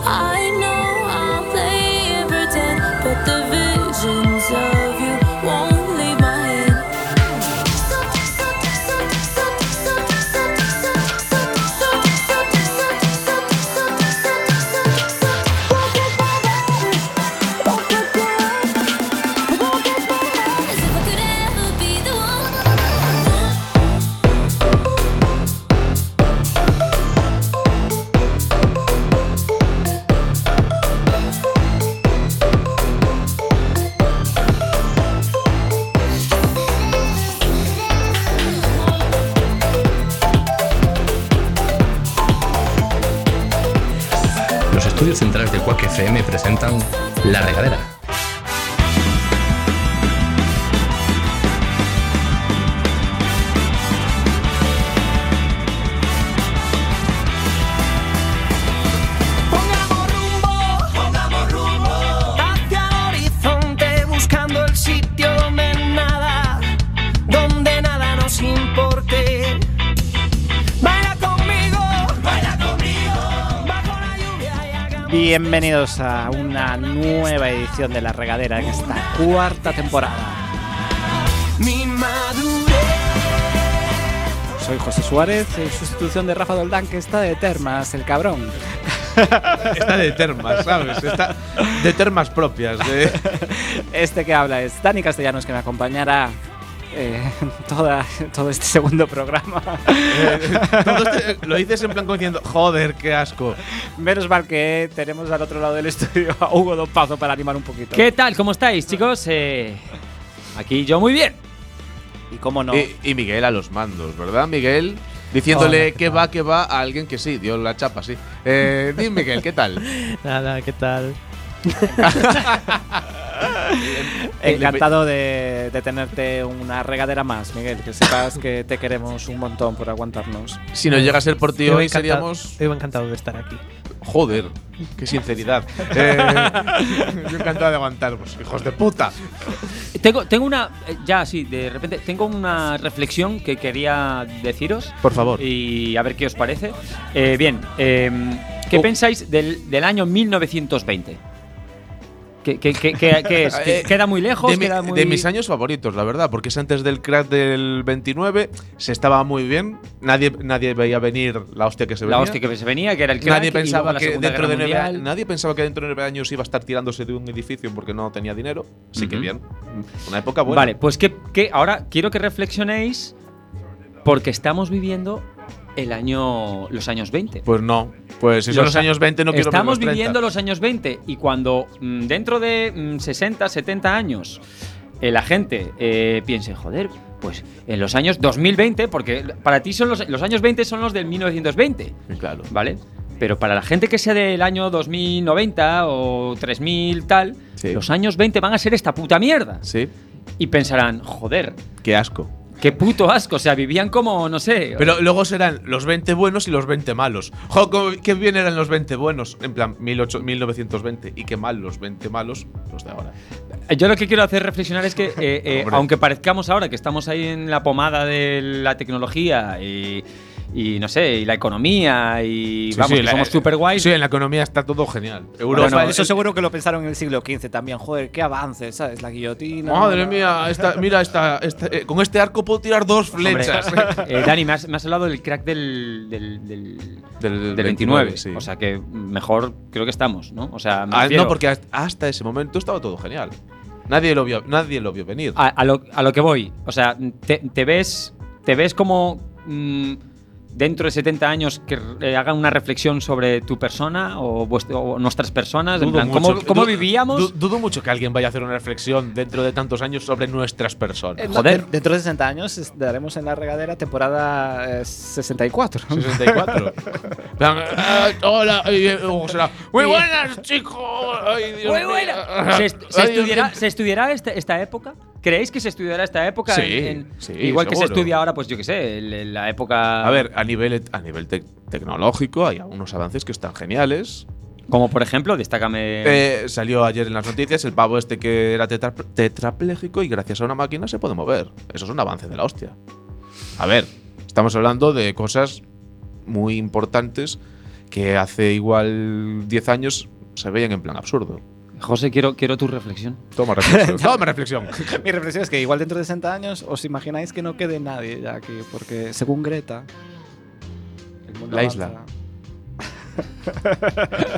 Speaker 4: I know I'll play and pretend, but the visions of you won't leave my head. As if I could ever be the one.
Speaker 1: Los estudios centrales de Quack FM presentan La Regadera.
Speaker 2: Pongamos rumbo, pongamos rumbo hacia el horizonte buscando el sitio donde nada, donde nada nos importe. Baila conmigo, baila conmigo bajo la lluvia y hagamos.
Speaker 3: Bienvenidos a una nueva edición de La Regadera en esta cuarta temporada.
Speaker 2: Mi madurez.
Speaker 3: Soy José Suárez, en sustitución de Rafa Doldán, que está de termas, el cabrón.
Speaker 6: Está de termas, ¿sabes? Está de termas propias. De...
Speaker 3: Este que habla es Dani Castellanos, que me acompañará eh, toda, todo este segundo programa.
Speaker 6: Todo este- lo dices en plan como diciendo, joder, qué asco.
Speaker 3: Menos mal que tenemos al otro lado del estudio a Hugo Don Pazo para animar un poquito.
Speaker 5: ¿Qué tal? ¿Cómo estáis, chicos? Eh, aquí yo muy bien.
Speaker 3: Y cómo no,
Speaker 6: Y, y Miguel a los mandos, ¿verdad, Miguel? Diciéndole que va, que va a alguien que sí, dio la chapa, sí. Eh, dime, Miguel, ¿qué tal?
Speaker 7: Nada, ¿qué tal?
Speaker 3: encantado de, de tenerte una regadera más, Miguel. Que sepas que te queremos un montón por aguantarnos.
Speaker 6: Si no llega a ser por ti
Speaker 7: Yo
Speaker 6: hoy,
Speaker 7: encanta-
Speaker 6: seríamos.
Speaker 7: yo encantado de estar aquí.
Speaker 6: Joder, qué sinceridad. Eh, yo encantado de aguantaros, hijos de puta.
Speaker 5: Tengo, tengo una. eh, Ya, sí, de repente. Tengo una reflexión que quería deciros.
Speaker 6: Por favor.
Speaker 5: Y a ver qué os parece. Eh, bien, em, ¿qué
Speaker 6: Oh.
Speaker 5: pensáis del, del año 1920? ¿Qué, qué- qué- qué- qué es? ¿Que
Speaker 6: Eh,
Speaker 5: ¿Queda muy lejos?
Speaker 6: de, mi-
Speaker 5: ¿Queda muy-
Speaker 6: de mis años favoritos, la verdad, porque es antes del crack del 29, se estaba muy bien, nadie, nadie veía venir la hostia que se
Speaker 5: La
Speaker 6: venía.
Speaker 5: hostia que se venía, que era el crack,
Speaker 6: nadie
Speaker 5: y luego
Speaker 6: pensaba
Speaker 5: la
Speaker 6: que
Speaker 5: Segunda
Speaker 6: dentro de
Speaker 5: Guerra
Speaker 6: nueve,
Speaker 5: Mundial.
Speaker 6: nadie pensaba que dentro de nueve años iba a estar tirándose de un edificio porque no tenía dinero, así que
Speaker 5: Ujú.
Speaker 6: bien, una época buena.
Speaker 5: Vale, pues que, que ahora quiero que reflexionéis porque estamos viviendo el año los años 20.
Speaker 6: Pues no, pues si son
Speaker 5: Los
Speaker 6: los,
Speaker 5: a-
Speaker 6: años 20 no quiero ver
Speaker 5: Estamos
Speaker 6: los 30.
Speaker 5: viviendo los años 20 y cuando mm, dentro de mm, 60, 70 años eh, la gente eh, piense, joder, pues en los años 2020, porque para ti son los, los años 20 son los del 1920,
Speaker 6: Claro.
Speaker 5: ¿vale? Pero para la gente que sea del año 2090 o 3000 tal,
Speaker 6: Sí.
Speaker 5: los años 20 van a ser esta puta mierda.
Speaker 6: Sí,
Speaker 5: Y pensarán, joder,
Speaker 6: qué asco.
Speaker 5: qué puto asco, o sea, vivían como, no sé,
Speaker 6: Pero luego serán los 20 buenos y los 20 malos. Jo, cómo- qué bien eran los 20 buenos, en plan 18 1920, y qué mal los 20 malos los de ahora.
Speaker 5: Yo lo que quiero hacer reflexionar es que, eh, eh,
Speaker 6: Hombre.
Speaker 5: aunque parezcamos ahora que estamos ahí en la pomada de la tecnología y, y no sé, y la economía y
Speaker 6: Sí,
Speaker 5: vamos,
Speaker 6: sí,
Speaker 5: que
Speaker 6: la-
Speaker 5: somos super guays.
Speaker 6: Sí, en la economía está todo genial. Europa.
Speaker 3: Bueno, eh,
Speaker 5: Bueno,
Speaker 3: eso
Speaker 6: el-
Speaker 3: seguro que lo pensaron en el siglo XV también. Joder, qué avance, ¿sabes? La guillotina.
Speaker 6: Madre mía, esta- mira, esta, esta- eh, con este arco puedo tirar dos flechas.
Speaker 5: eh, Dani, me has, me has hablado del crack del, del, del,
Speaker 6: Del-
Speaker 5: del 29.
Speaker 6: sí.
Speaker 5: O sea que mejor creo que estamos, ¿no? O sea, me
Speaker 6: Ah,
Speaker 5: refiero
Speaker 6: no, porque hasta- hasta ese momento estaba todo genial. Nadie lo vio, nadie lo vio venir.
Speaker 5: a, a lo, a lo que voy. O sea, te, te ves, te ves como mm, dentro de 70 años que eh, hagan una reflexión sobre tu persona o, vuestro- o nuestras personas. en
Speaker 6: Dudo
Speaker 5: plan,
Speaker 6: mucho
Speaker 5: ¿cómo,
Speaker 6: que-
Speaker 5: cómo
Speaker 6: du-
Speaker 5: vivíamos?
Speaker 6: du- Dudo mucho que alguien vaya a hacer una reflexión dentro de tantos años sobre nuestras personas.
Speaker 5: Joder.
Speaker 3: Dentro Eh, de 60 años es- daremos en la regadera temporada eh, 64.
Speaker 6: 64. En plan, ah, hola, ay, eh, o será, muy buenas, chicos. Ay, Dios
Speaker 5: Muy
Speaker 6: mío.
Speaker 5: buena. ¿Se, est- se
Speaker 6: Ay, Dios
Speaker 5: estudiará,
Speaker 6: mío.
Speaker 5: se estudiará esta, esta época? ¿Creéis que se estudiará esta época?
Speaker 6: Sí,
Speaker 5: en- en-
Speaker 6: sí,
Speaker 5: igual que se
Speaker 6: seguro.
Speaker 5: estudia ahora, pues yo qué sé, el- el- la época.
Speaker 6: A ver, a nivel, a nivel tec- tecnológico hay unos avances que están geniales.
Speaker 5: Como por ejemplo, destácame.
Speaker 6: Eh, salió ayer en las noticias el pavo este que era tetra- tetrapléjico y gracias a una máquina se puede mover. Eso es un avance de la hostia. A ver, estamos hablando de cosas muy importantes que hace igual 10 años se veían en plan absurdo.
Speaker 5: José, quiero, quiero tu reflexión.
Speaker 6: Toma reflexión. Toma reflexión.
Speaker 3: Mi reflexión es que igual dentro de 60 años os imagináis que no quede nadie ya aquí, porque según Greta, el mundo
Speaker 6: La
Speaker 3: avanza.
Speaker 6: isla.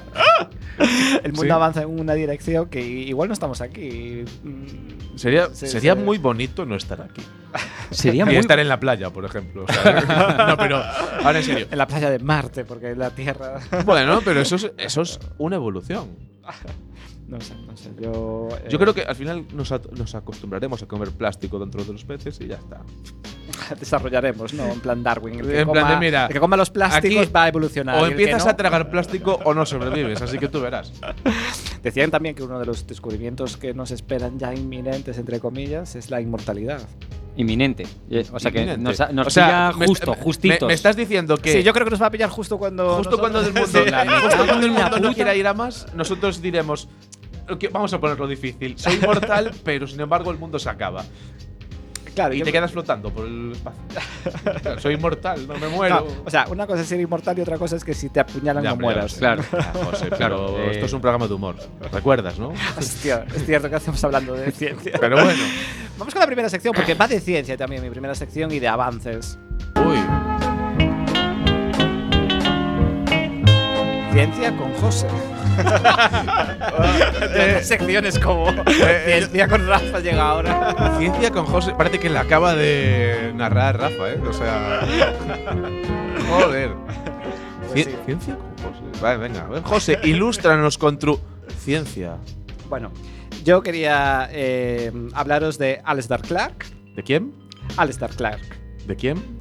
Speaker 3: el mundo
Speaker 6: Sí.
Speaker 3: avanza en una dirección que igual no estamos aquí. Mm,
Speaker 6: Sería,
Speaker 3: Sí,
Speaker 6: sería
Speaker 3: sí.
Speaker 6: muy bonito no estar aquí.
Speaker 5: Sería
Speaker 6: y
Speaker 5: muy.
Speaker 6: estar en la playa, por ejemplo. o sea, no, pero ahora en serio.
Speaker 3: En la playa de Marte, porque la Tierra.
Speaker 6: Bueno, pero eso es, eso es una evolución.
Speaker 3: No sé, no sé. Yo, eh,
Speaker 6: Yo creo que al final nos, at- nos acostumbraremos a comer plástico dentro de los peces y ya está.
Speaker 3: desarrollaremos, ¿no? En plan Darwin. El que,
Speaker 6: En
Speaker 3: coma,
Speaker 6: plan de, mira,
Speaker 3: el que coma los plásticos
Speaker 6: aquí
Speaker 3: va a evolucionar. y
Speaker 6: O
Speaker 3: el que
Speaker 6: empiezas
Speaker 3: no-
Speaker 6: a tragar plástico o no sobrevives, así que tú verás.
Speaker 3: Decían también que uno de los descubrimientos que nos esperan ya inminentes, entre comillas, es la inmortalidad.
Speaker 5: Inminente. Eh, O sea, que
Speaker 6: Inminente.
Speaker 5: nos, nos
Speaker 6: O sea,
Speaker 5: pilla
Speaker 6: me-
Speaker 5: justo,
Speaker 6: me-
Speaker 5: justitos.
Speaker 6: Me, estás diciendo que
Speaker 3: Sí, yo creo que nos va a pillar justo cuando.
Speaker 6: justo cuando el
Speaker 3: nosotros-
Speaker 6: mundo,
Speaker 3: Sí.
Speaker 6: justo cuando el
Speaker 5: La
Speaker 6: mundo no
Speaker 5: puta.
Speaker 6: quiera ir a más, nosotros diremos. "Ok, Vamos a ponerlo difícil. Soy mortal, pero sin embargo el mundo se acaba.
Speaker 3: Claro,
Speaker 6: Y
Speaker 3: yo-
Speaker 6: te quedas flotando por el espacio. Claro, Soy inmortal, no me
Speaker 3: no,
Speaker 6: muero.
Speaker 3: o sea, una cosa es ser inmortal y otra cosa es que si te apuñalan
Speaker 6: Ya,
Speaker 3: no
Speaker 6: hombre, ya
Speaker 3: mueras.
Speaker 6: lo sé.
Speaker 5: Claro.
Speaker 6: Ah, José, claro,
Speaker 5: Eh.
Speaker 6: esto es un programa de humor. ¿Recuerdas, no?
Speaker 3: Hostia, es cierto que hacemos hablando de ciencia.
Speaker 6: Pero bueno.
Speaker 3: Vamos con la primera sección, porque va de ciencia también, mi primera sección y de avances.
Speaker 6: Uy.
Speaker 3: Ciencia con José. De otras secciones como
Speaker 6: Eh,
Speaker 3: Ciencia con Rafa llega ahora.
Speaker 6: Ciencia con José. Parece que la acaba de narrar Rafa, ¿eh? O sea. Joder.
Speaker 3: Pues
Speaker 6: Cien-
Speaker 3: sí.
Speaker 6: Ciencia con José. Vale, venga. A ver, José, ilústranos con tu ciencia.
Speaker 3: Bueno, yo quería eh, hablaros de Alistair Clark.
Speaker 6: ¿De quién?
Speaker 3: Alistair Clark.
Speaker 6: ¿De quién?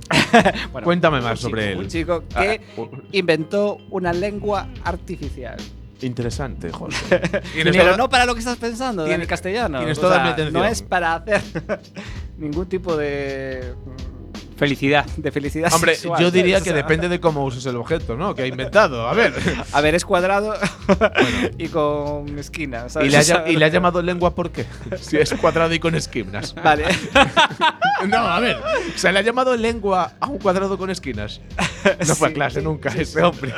Speaker 3: Bueno,
Speaker 6: Cuéntame más
Speaker 3: un chico-
Speaker 6: sobre él.
Speaker 3: Un chico
Speaker 6: Ah,
Speaker 3: que
Speaker 6: u-
Speaker 3: inventó una lengua artificial.
Speaker 6: interesante, José. Tienes
Speaker 3: Pero
Speaker 6: toda-
Speaker 3: no para lo que estás pensando, en
Speaker 6: Tienes-
Speaker 3: castellano.
Speaker 6: tienes
Speaker 3: O
Speaker 6: toda
Speaker 3: sea,
Speaker 6: mi atención.
Speaker 3: No es para hacer ningún tipo de, mm,
Speaker 5: Felicidad.
Speaker 3: de felicidad.
Speaker 6: Hombre,
Speaker 3: sexual,
Speaker 6: yo diría
Speaker 3: ¿sabes?
Speaker 6: que
Speaker 3: O sea,
Speaker 6: depende de cómo uses el objeto, ¿no? Que ha inventado. A ver.
Speaker 3: A ver, es cuadrado y con esquinas.
Speaker 6: Y
Speaker 3: ¿sabes?
Speaker 6: le,
Speaker 3: O
Speaker 6: ha,
Speaker 3: sea,
Speaker 6: y le ha llamado lengua por qué. Si es cuadrado y con esquinas.
Speaker 3: Vale.
Speaker 6: No, a ver. Se le ha llamado lengua a un cuadrado con esquinas. No fue a
Speaker 3: Sí,
Speaker 6: clase
Speaker 3: sí,
Speaker 6: nunca
Speaker 3: sí, sí.
Speaker 6: ese hombre.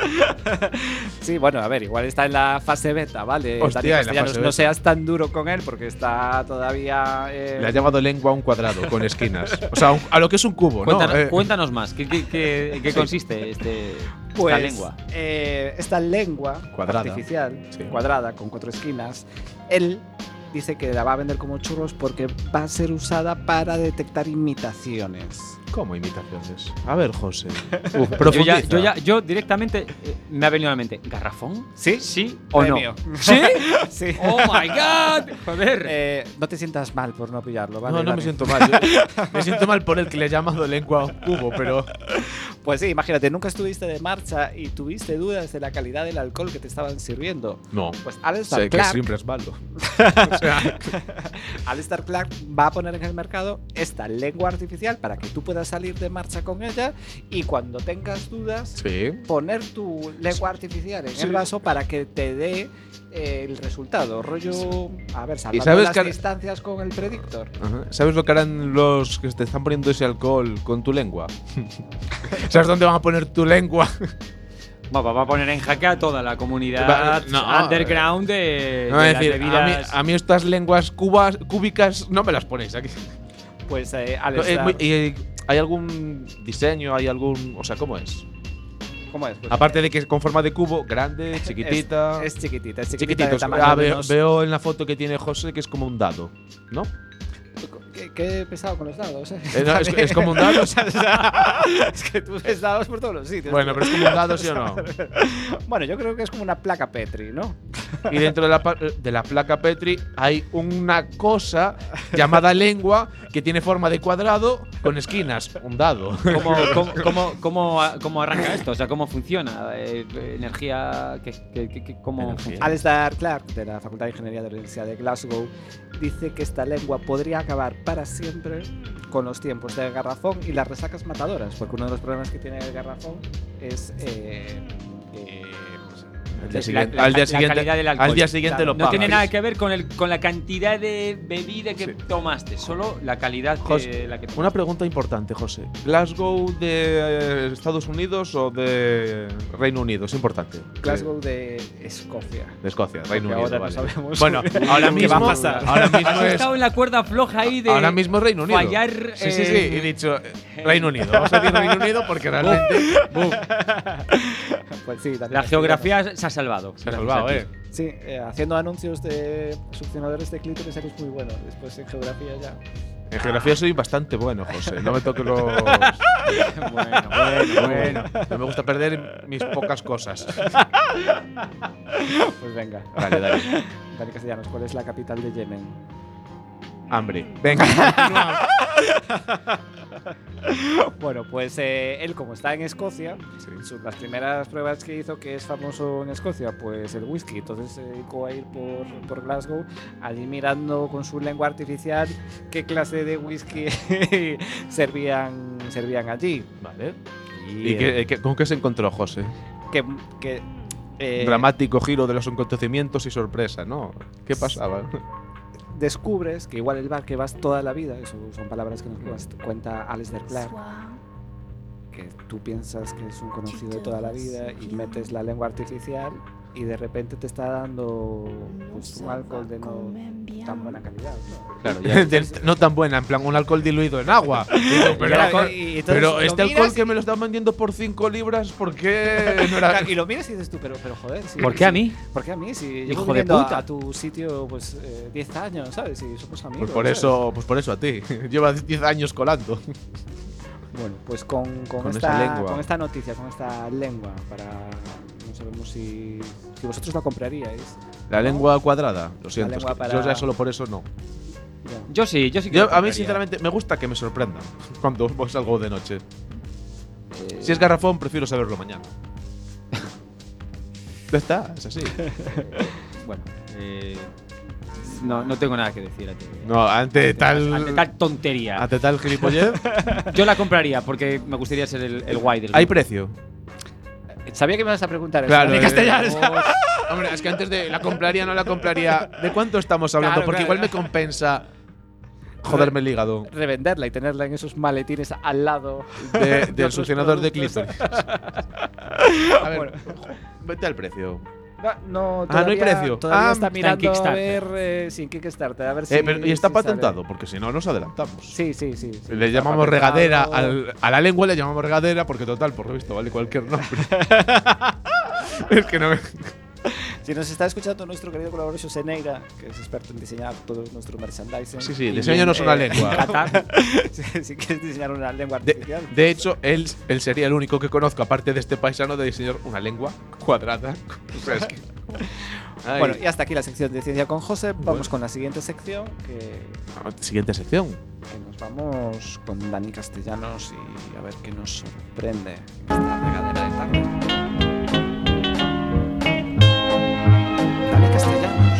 Speaker 3: Sí, bueno, a ver, igual está en la fase beta, ¿vale?
Speaker 6: Hostia,
Speaker 3: Dani
Speaker 6: en la
Speaker 3: Castellanos,
Speaker 6: fase beta.
Speaker 3: no seas tan duro con él porque está todavía. eh,
Speaker 6: Le ha llamado lengua a un cuadrado con esquinas. O sea, un- a lo que es un cubo, ¿no?
Speaker 5: Cuéntanos,
Speaker 6: Eh,
Speaker 5: cuéntanos más. ¿Qué, qué- qué- en qué consiste este,
Speaker 3: pues,
Speaker 5: esta lengua?
Speaker 3: eh, esta lengua
Speaker 6: Cuadrada.
Speaker 3: artificial,
Speaker 6: Sí.
Speaker 3: cuadrada, con cuatro esquinas, él dice que la va a vender como churros porque va a ser usada para detectar imitaciones.
Speaker 6: ¿Cómo imitaciones? A ver, José.
Speaker 5: Yo, ya,
Speaker 6: profundiza.
Speaker 5: yo, ya- yo directamente eh, me ha venido a la mente. ¿Garrafón?
Speaker 3: ¿Sí?
Speaker 5: ¿Sí o no?
Speaker 3: Premio.
Speaker 5: ¿Sí?
Speaker 3: Sí.
Speaker 5: ¡Oh my god! Joder.
Speaker 3: Eh, no te sientas mal por no pillarlo, ¿vale?
Speaker 6: No, no
Speaker 3: Dani?
Speaker 6: me siento mal. Yo- me siento mal por el que le ha llamado lengua a un cubo, pero.
Speaker 3: Pues sí, imagínate, nunca estuviste de marcha y tuviste dudas de la calidad del alcohol que te estaban sirviendo.
Speaker 6: No.
Speaker 3: Pues Alistair
Speaker 6: Sé que
Speaker 3: Clark,
Speaker 6: siempre es malo. O sea,
Speaker 3: Alistair Clark va a poner en el mercado esta lengua artificial para que tú puedas salir de marcha con ella y cuando tengas dudas
Speaker 6: sí.
Speaker 3: poner tu lengua artificial en
Speaker 6: Sí.
Speaker 3: el vaso para que te dé eh, el resultado. Rollo, a ver, salvando
Speaker 6: sabes
Speaker 3: las
Speaker 6: que-
Speaker 3: distancias con el predictor.
Speaker 6: Ajá. ¿Sabes lo que harán los que te están poniendo ese alcohol con tu lengua? ¿Sabes dónde van a poner tu lengua?
Speaker 5: Eh, Va, va- va a poner en jaque a toda la
Speaker 6: Va,
Speaker 5: comunidad
Speaker 6: no,
Speaker 5: underground de,
Speaker 6: No,
Speaker 5: de
Speaker 6: es
Speaker 5: las
Speaker 6: decir, a mí,
Speaker 5: bebidas.
Speaker 6: a mí estas lenguas cubas, cúbicas no me las ponéis aquí.
Speaker 3: Pues eh,
Speaker 6: No, eh,
Speaker 3: Alistair,
Speaker 6: muy- eh, ¿Hay algún diseño? ¿Hay algún.? O sea, ¿cómo es?
Speaker 3: ¿cómo es? Pues,
Speaker 6: Aparte de que es con forma de cubo, grande, chiquitita.
Speaker 3: Es, es chiquitita, es chiquitita.
Speaker 6: chiquitito.
Speaker 3: de tamaño
Speaker 6: Ah,
Speaker 3: de
Speaker 6: veo,
Speaker 3: unos-
Speaker 6: veo en la foto que tiene José que es como un dado, ¿no?
Speaker 3: Qué, qué pesado con los dados, eh.
Speaker 6: Eh, no, es, es como un dado.
Speaker 3: es que tú ves dados por todos los sitios.
Speaker 6: bueno, pero es como un dado, ¿sí o no?
Speaker 3: Bueno, yo creo que es como una placa Petri, ¿no?
Speaker 6: Y dentro de la, pa- de la placa Petri hay una cosa llamada lengua que tiene forma de cuadrado con esquinas, un dado.
Speaker 5: ¿Cómo, cómo, cómo, cómo, cómo arranca esto? O sea, ¿cómo funciona? Eh, ¿Energía? ¿Qué, qué, qué- qué- cómo
Speaker 6: Energía.
Speaker 5: funciona?
Speaker 3: Alistair Clark, de la Facultad de Ingeniería de la Universidad de Glasgow, dice que esta lengua podría acabar para siempre con los tiempos del garrafón y las resacas matadoras, porque uno de los problemas que tiene el garrafón es eh, que, pues,
Speaker 6: Al
Speaker 5: La-
Speaker 6: día siguiente,
Speaker 5: la-
Speaker 6: al día
Speaker 5: la
Speaker 6: siguiente-
Speaker 5: calidad del alcohol.
Speaker 6: al día siguiente lo
Speaker 5: No
Speaker 6: pagas.
Speaker 5: tiene nada que ver con, el, con la cantidad de bebida que
Speaker 6: Sí.
Speaker 5: tomaste, solo la calidad
Speaker 6: José,
Speaker 5: que, la que
Speaker 6: Una pregunta importante, José. ¿Glasgow de eh, Estados Unidos o de Reino Unido? Es importante.
Speaker 3: Glasgow de Escocia.
Speaker 6: De Escocia, Reino
Speaker 3: Porque
Speaker 6: Unido.
Speaker 3: ahora no
Speaker 6: vale.
Speaker 3: sabemos
Speaker 6: bueno,
Speaker 5: ah,
Speaker 6: ahora
Speaker 3: qué
Speaker 6: mismo,
Speaker 3: va a pasar.
Speaker 6: ahora mismo
Speaker 5: Has
Speaker 6: es
Speaker 5: estado en la cuerda floja ahí de.
Speaker 6: Ahora mismo es Reino Unido.
Speaker 5: fallar,
Speaker 6: sí, sí, sí.
Speaker 5: eh,
Speaker 6: He dicho eh, Reino Unido. Vamos a decir Reino Unido porque realmente
Speaker 3: Pues sí, también
Speaker 5: La
Speaker 3: es
Speaker 5: geografía se ha salvado.
Speaker 6: se ha salvado, ¿eh?
Speaker 3: verdad. Sí, eh, haciendo anuncios de succionadores de clítoris eres muy bueno. Después en geografía ya.
Speaker 6: En geografía soy bastante bueno, José. No me toques los.
Speaker 5: Bueno, bueno, bueno.
Speaker 6: No me gusta perder mis pocas cosas.
Speaker 3: Pues venga.
Speaker 6: Dale, dale.
Speaker 3: Dani Castellanos, ¿cuál es la capital de Yemen?
Speaker 6: Hambre. Venga.
Speaker 3: Bueno, pues eh, él, como está en Escocia,
Speaker 6: Sí.
Speaker 3: sus- las primeras pruebas que hizo que es famoso en Escocia, pues el whisky. Entonces se dedicó a ir por, por Glasgow, allí mirando con su lengua artificial qué clase de whisky servían, servían allí.
Speaker 6: Vale.
Speaker 3: Y,
Speaker 6: ¿Y
Speaker 3: eh,
Speaker 6: qué- qué- con qué se encontró José?
Speaker 3: que. que, eh,
Speaker 6: Dramático giro de los acontecimientos y sorpresa, ¿no? ¿Qué pasaba?
Speaker 3: descubres que igual el bar que vas toda la vida, eso son palabras que nos cuas- cuenta Alex Derclar, que tú piensas que es un conocido de toda la vida y metes la lengua artificial y de repente te está dando pues, un alcohol de no tan buena calidad. ¿no?
Speaker 6: Claro, no tan buena, en plan un alcohol diluido en agua. Digo,
Speaker 3: Y
Speaker 6: pero
Speaker 3: ahora-
Speaker 6: alcohol-
Speaker 3: y- y entonces
Speaker 6: pero
Speaker 3: lo
Speaker 6: este
Speaker 3: miras
Speaker 6: alcohol que me lo están vendiendo por 5 libras, ¿por qué no era
Speaker 3: Claro, Y lo miras y dices tú, pero, pero joder. sí,
Speaker 5: ¿Por qué a
Speaker 3: sí,
Speaker 5: mí?
Speaker 3: ¿Por qué a mí? Si
Speaker 5: Hijo
Speaker 3: llevo
Speaker 5: de
Speaker 3: viniendo a-
Speaker 5: puta.
Speaker 3: a tu sitio pues eh, 10 años, ¿sabes? Y somos amigos.
Speaker 6: Pues por
Speaker 3: ¿sabes?
Speaker 6: eso, pues por eso a ti. Llevas 10 años colando.
Speaker 3: Bueno, pues con, con,
Speaker 6: Con
Speaker 3: esta,
Speaker 6: esa lengua.
Speaker 3: con esta noticia, con esta lengua, para. No sabemos si, si vosotros la compraríais.
Speaker 6: La lengua cuadrada, lo siento.
Speaker 3: lengua
Speaker 6: es que
Speaker 3: para-
Speaker 6: Yo ya solo por eso no.
Speaker 3: Ya.
Speaker 5: Yo sí, yo sí que.
Speaker 6: Yo- a
Speaker 5: lo
Speaker 6: mí,
Speaker 5: compraría.
Speaker 6: sinceramente, me gusta que me sorprendan cuando salgo de noche. Si es garrafón, prefiero saberlo mañana. ya está, es así.
Speaker 5: Bueno, eh, no, no tengo nada que decir a ti.
Speaker 6: No, ante
Speaker 5: Ante
Speaker 6: tal.
Speaker 5: tal tontería.
Speaker 6: Ante tal gilipollez.
Speaker 5: Yo la compraría porque me gustaría ser el, el guay del
Speaker 6: Hay
Speaker 5: grupo.
Speaker 6: precio.
Speaker 3: Sabía que me ibas a preguntar eso.
Speaker 6: Claro,
Speaker 3: Dani
Speaker 6: eh,
Speaker 3: Castellanos.
Speaker 6: Hombre, es que antes de la compraría, no la compraría. ¿De cuánto estamos hablando?
Speaker 3: Claro,
Speaker 6: Porque
Speaker 3: claro,
Speaker 6: igual me compensa joderme el hígado.
Speaker 3: Revenderla y tenerla en esos maletines al lado.
Speaker 6: de- Eh, del
Speaker 3: otros
Speaker 6: succionador de
Speaker 3: productos.
Speaker 6: clítoris. A ver, vete al precio.
Speaker 3: No, no,
Speaker 6: Ah, no hay
Speaker 3: todavía-
Speaker 6: precio.
Speaker 3: Todavía
Speaker 6: Ah,
Speaker 3: está
Speaker 5: en
Speaker 3: mirando a
Speaker 5: Kickstarter.
Speaker 3: ver eh, sin Kickstarter. A ver si.
Speaker 6: Eh, pero- y está
Speaker 3: si
Speaker 6: patentado, porque si no, nos adelantamos.
Speaker 3: sale. Sí, sí, sí. sí,
Speaker 6: Le
Speaker 3: está
Speaker 6: llamamos
Speaker 3: patentado.
Speaker 6: regadera, al- a la lengua le llamamos regadera, porque total, por lo visto, vale cualquier nombre. es que no me-
Speaker 3: Si nos está escuchando nuestro querido colaborador Seneira, que es experto en diseñar todo nuestro merchandising.
Speaker 6: Sí, sí,
Speaker 3: y
Speaker 6: diseñanos
Speaker 3: en,
Speaker 6: una
Speaker 3: eh,
Speaker 6: lengua.
Speaker 3: si, si quieres diseñar una lengua
Speaker 6: De,
Speaker 3: artificial.
Speaker 6: de hecho, él, él sería el único que conozco, aparte de este paisano, de diseñar una lengua cuadrada. O sea, es que- Ay.
Speaker 3: Bueno, y hasta aquí la sección de ciencia con José. Vamos con la siguiente sección, que,
Speaker 6: Siguiente sección.
Speaker 3: que nos vamos con Dani Castellanos y a ver qué nos sorprende en esta regadera de tarde. Dani Castellanos.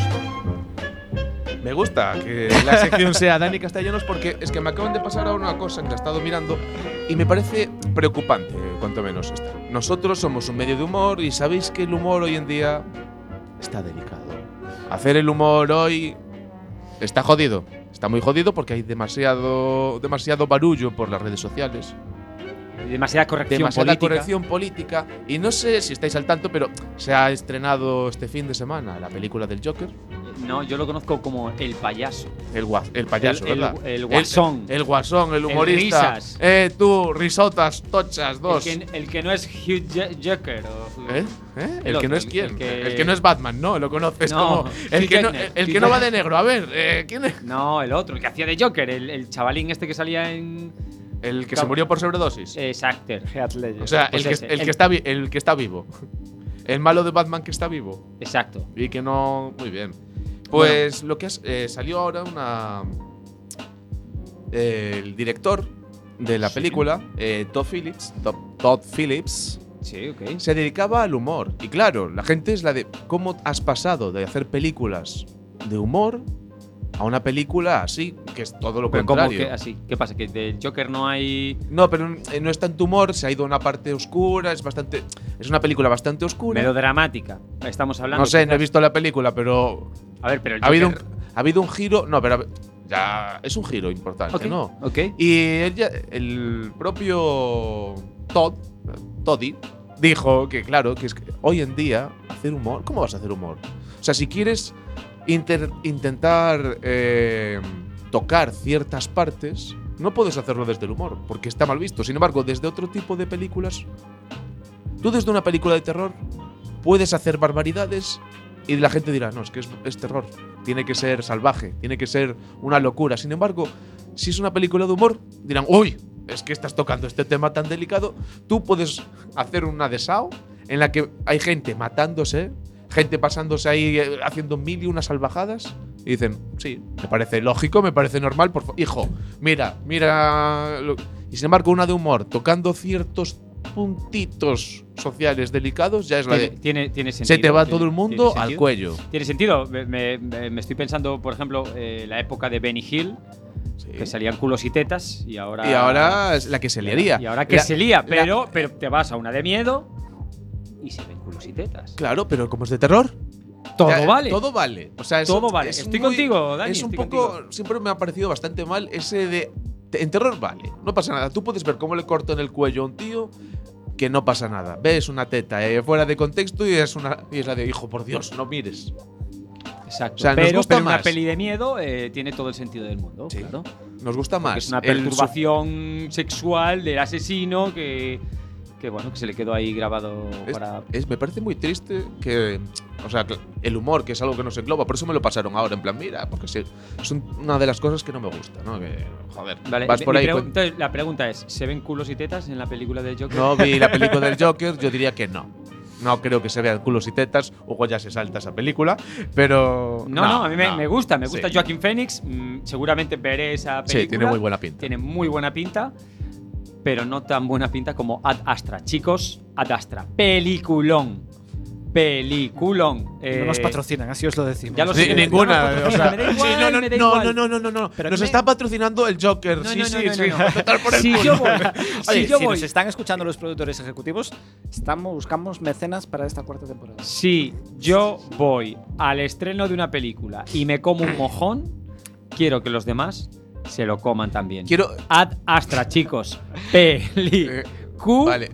Speaker 6: Me gusta que la sección sea Dani Castellanos porque es que me acaban de pasar ahora una cosa que la he estado mirando y me parece preocupante, cuanto menos esta. Nosotros somos un medio de humor y sabéis que el humor hoy en día está delicado. Hacer el humor hoy está jodido. Está muy jodido porque hay demasiado, demasiado barullo por las redes sociales
Speaker 5: Demasiada corrección
Speaker 6: demasiada
Speaker 5: política.
Speaker 6: corrección política. Y no sé si estáis al tanto, pero se ha estrenado este fin de semana la película del Joker.
Speaker 5: No, yo lo conozco como el payaso.
Speaker 6: El, gua- el payaso,
Speaker 5: El- el-
Speaker 6: ¿verdad?
Speaker 5: el guasón.
Speaker 6: El, guasón, el humorista.
Speaker 5: risas.
Speaker 6: eh, tú, risotas, tochas, dos.
Speaker 5: El que, el que no es Hugh Ja- Jacker. o-
Speaker 6: ¿Eh? ¿Eh? El,
Speaker 5: El
Speaker 6: que no
Speaker 5: otro,
Speaker 6: es
Speaker 5: el-
Speaker 6: quién. El
Speaker 5: el
Speaker 6: que,
Speaker 5: que-
Speaker 6: no es Batman, ¿no? Lo conoces
Speaker 5: No,
Speaker 6: como. El
Speaker 5: Hugh
Speaker 6: que, no,
Speaker 5: Jackman.
Speaker 6: el que
Speaker 5: Hugh
Speaker 6: no va de
Speaker 5: Jackman.
Speaker 6: negro. A ver, eh, ¿quién es?
Speaker 5: No, el otro, el que hacía de Joker, el, el chavalín este que salía en.
Speaker 6: El que se
Speaker 5: Claro.
Speaker 6: murió por sobredosis.
Speaker 5: Eh, Sachter.
Speaker 3: Heath Ledger.
Speaker 6: o sea,
Speaker 5: pues
Speaker 6: el, que,
Speaker 5: ese,
Speaker 6: el,
Speaker 5: el-
Speaker 6: que está vi- el que está vivo. El malo de Batman que está vivo.
Speaker 5: Exacto.
Speaker 6: Y que no. Muy bien. Pues lo que es. eh, salió ahora una. eh, el director de la película, eh, Todd Phillips. Todd, Todd Phillips.
Speaker 5: Sí, ok.
Speaker 6: Se dedicaba al humor. Y claro, la gente es la de. ¿Cómo has pasado de hacer películas de humor a una película así, que es todo lo
Speaker 5: Pero ¿cómo
Speaker 6: contrario.
Speaker 5: que así? ¿Qué pasa? ¿Que del Joker no hay.
Speaker 6: No, pero eh, no es tanto humor, se ha ido a una parte oscura, es bastante. Es una película bastante oscura.
Speaker 5: melodramática? Estamos hablando.
Speaker 6: no sé, no he
Speaker 5: quizás-
Speaker 6: visto la película, pero.
Speaker 5: A ver, pero el
Speaker 6: Ha habido, un,
Speaker 5: Joker-
Speaker 6: ha habido un giro. No, pero. Ya. Es un giro importante,
Speaker 5: Ok,
Speaker 6: ¿no?
Speaker 5: ok.
Speaker 6: Y ella- el propio Todd, Toddy, dijo que, claro, que es que hoy en día hacer humor, ¿cómo vas a hacer humor? O sea, si quieres inter- intentar eh, tocar ciertas partes, no puedes hacerlo desde el humor, porque está mal visto. Sin embargo, desde otro tipo de películas, tú desde una película de terror puedes hacer barbaridades y la gente dirá, no, es que es, es terror, tiene que ser salvaje, tiene que ser una locura. Sin embargo, si es una película de humor, dirán, uy, es que estás tocando este tema tan delicado, tú puedes hacer una desao en la que hay gente matándose, gente pasándose ahí eh, haciendo mil y unas salvajadas. Y dicen, sí, me parece lógico, me parece normal, por fa- hijo, mira, mira. lo-". Y sin embargo, una de humor, tocando ciertos puntitos sociales delicados, ya es la
Speaker 5: Tiene,
Speaker 6: de.
Speaker 5: tiene- tiene sentido.
Speaker 6: Se te va
Speaker 5: tiene-
Speaker 6: todo el mundo
Speaker 5: tiene
Speaker 6: al
Speaker 5: sentido.
Speaker 6: cuello.
Speaker 5: Tiene sentido. Me, me- me- me estoy pensando, por ejemplo, eh, la época de Benny Hill,
Speaker 6: Sí.
Speaker 5: que salían culos y tetas, y ahora.
Speaker 6: Y ahora es la que se liaría.
Speaker 5: Y ahora que
Speaker 6: La-
Speaker 5: se lía,
Speaker 6: la-
Speaker 5: pero, pero te vas a una de miedo y se ven culos y tetas.
Speaker 6: Claro, pero como es de terror,
Speaker 5: Todo
Speaker 6: Ya,
Speaker 5: vale.
Speaker 6: Todo vale. O sea, es-
Speaker 5: Todo vale.
Speaker 6: es
Speaker 5: Estoy contigo, Dani,
Speaker 6: Es un
Speaker 5: estoy
Speaker 6: poco.
Speaker 5: contigo.
Speaker 6: Siempre me ha parecido bastante mal ese de. te- En terror vale. No pasa nada. Tú puedes ver cómo le corto en el cuello a un tío que no pasa nada. Ves una teta eh, fuera de contexto y es, una, y es la de hijo, por Dios, no mires.
Speaker 5: Exacto.
Speaker 6: O sea, nos
Speaker 5: pero
Speaker 6: gusta
Speaker 5: pero una
Speaker 6: más.
Speaker 5: peli de miedo eh, tiene todo el sentido del mundo.
Speaker 6: Sí.
Speaker 5: Claro.
Speaker 6: Nos gusta
Speaker 5: Porque
Speaker 6: más.
Speaker 5: es una
Speaker 6: el su-
Speaker 5: perturbación sexual del asesino que, que, bueno, que se le quedó ahí grabado
Speaker 6: Es-
Speaker 5: para.
Speaker 6: es- me parece muy triste que. O sea, que el humor, que es algo que nos engloba, por eso me lo pasaron ahora, en plan, mira, porque sí, es un- una de las cosas que no me gusta, ¿no? Que, joder,
Speaker 5: Vale,
Speaker 6: vas
Speaker 5: mi-
Speaker 6: por
Speaker 5: mi
Speaker 6: ahí.
Speaker 5: pregu-
Speaker 6: con-
Speaker 5: entonces, la pregunta es: ¿se ven culos y tetas en la película de Joker?
Speaker 6: no vi la película del Joker, yo diría que no. No creo que se vean culos y tetas. Hugo ya se salta esa película, pero.
Speaker 5: No, no, a mí me,
Speaker 6: no.
Speaker 5: me gusta, me gusta
Speaker 6: Sí.
Speaker 5: Joaquín Phoenix. mm, seguramente veré esa película.
Speaker 6: Sí, tiene muy buena pinta.
Speaker 5: Tiene muy buena pinta, pero no tan buena pinta como Ad Astra. Chicos, Ad Astra. Peliculón. Peliculón.
Speaker 8: No nos
Speaker 5: Eh,
Speaker 8: patrocinan, así os lo decimos.
Speaker 5: ya lo
Speaker 6: Sí,
Speaker 5: sé.
Speaker 6: ninguna.
Speaker 5: no,
Speaker 6: o sea,
Speaker 5: me da igual,
Speaker 6: sí, no, no,
Speaker 5: me da
Speaker 6: no,
Speaker 5: igual.
Speaker 6: no, no, no, no,
Speaker 8: Pero
Speaker 6: Nos
Speaker 8: que me-
Speaker 6: está patrocinando el Joker.
Speaker 5: No,
Speaker 6: sí,
Speaker 5: no, no,
Speaker 6: sí,
Speaker 5: no, no,
Speaker 6: sí.
Speaker 5: no.
Speaker 6: Total por el
Speaker 5: Si
Speaker 6: culo.
Speaker 5: yo voy,
Speaker 8: Oye,
Speaker 5: si yo
Speaker 8: si
Speaker 5: voy
Speaker 8: nos están escuchando los productores ejecutivos, estamos, buscamos mecenas para esta cuarta temporada.
Speaker 5: Si yo voy al estreno de una película y me como un mojón, quiero que los demás se lo coman también.
Speaker 6: Quiero.
Speaker 5: Ad Astra, chicos.
Speaker 6: eh,
Speaker 5: Peliculón.
Speaker 6: vale.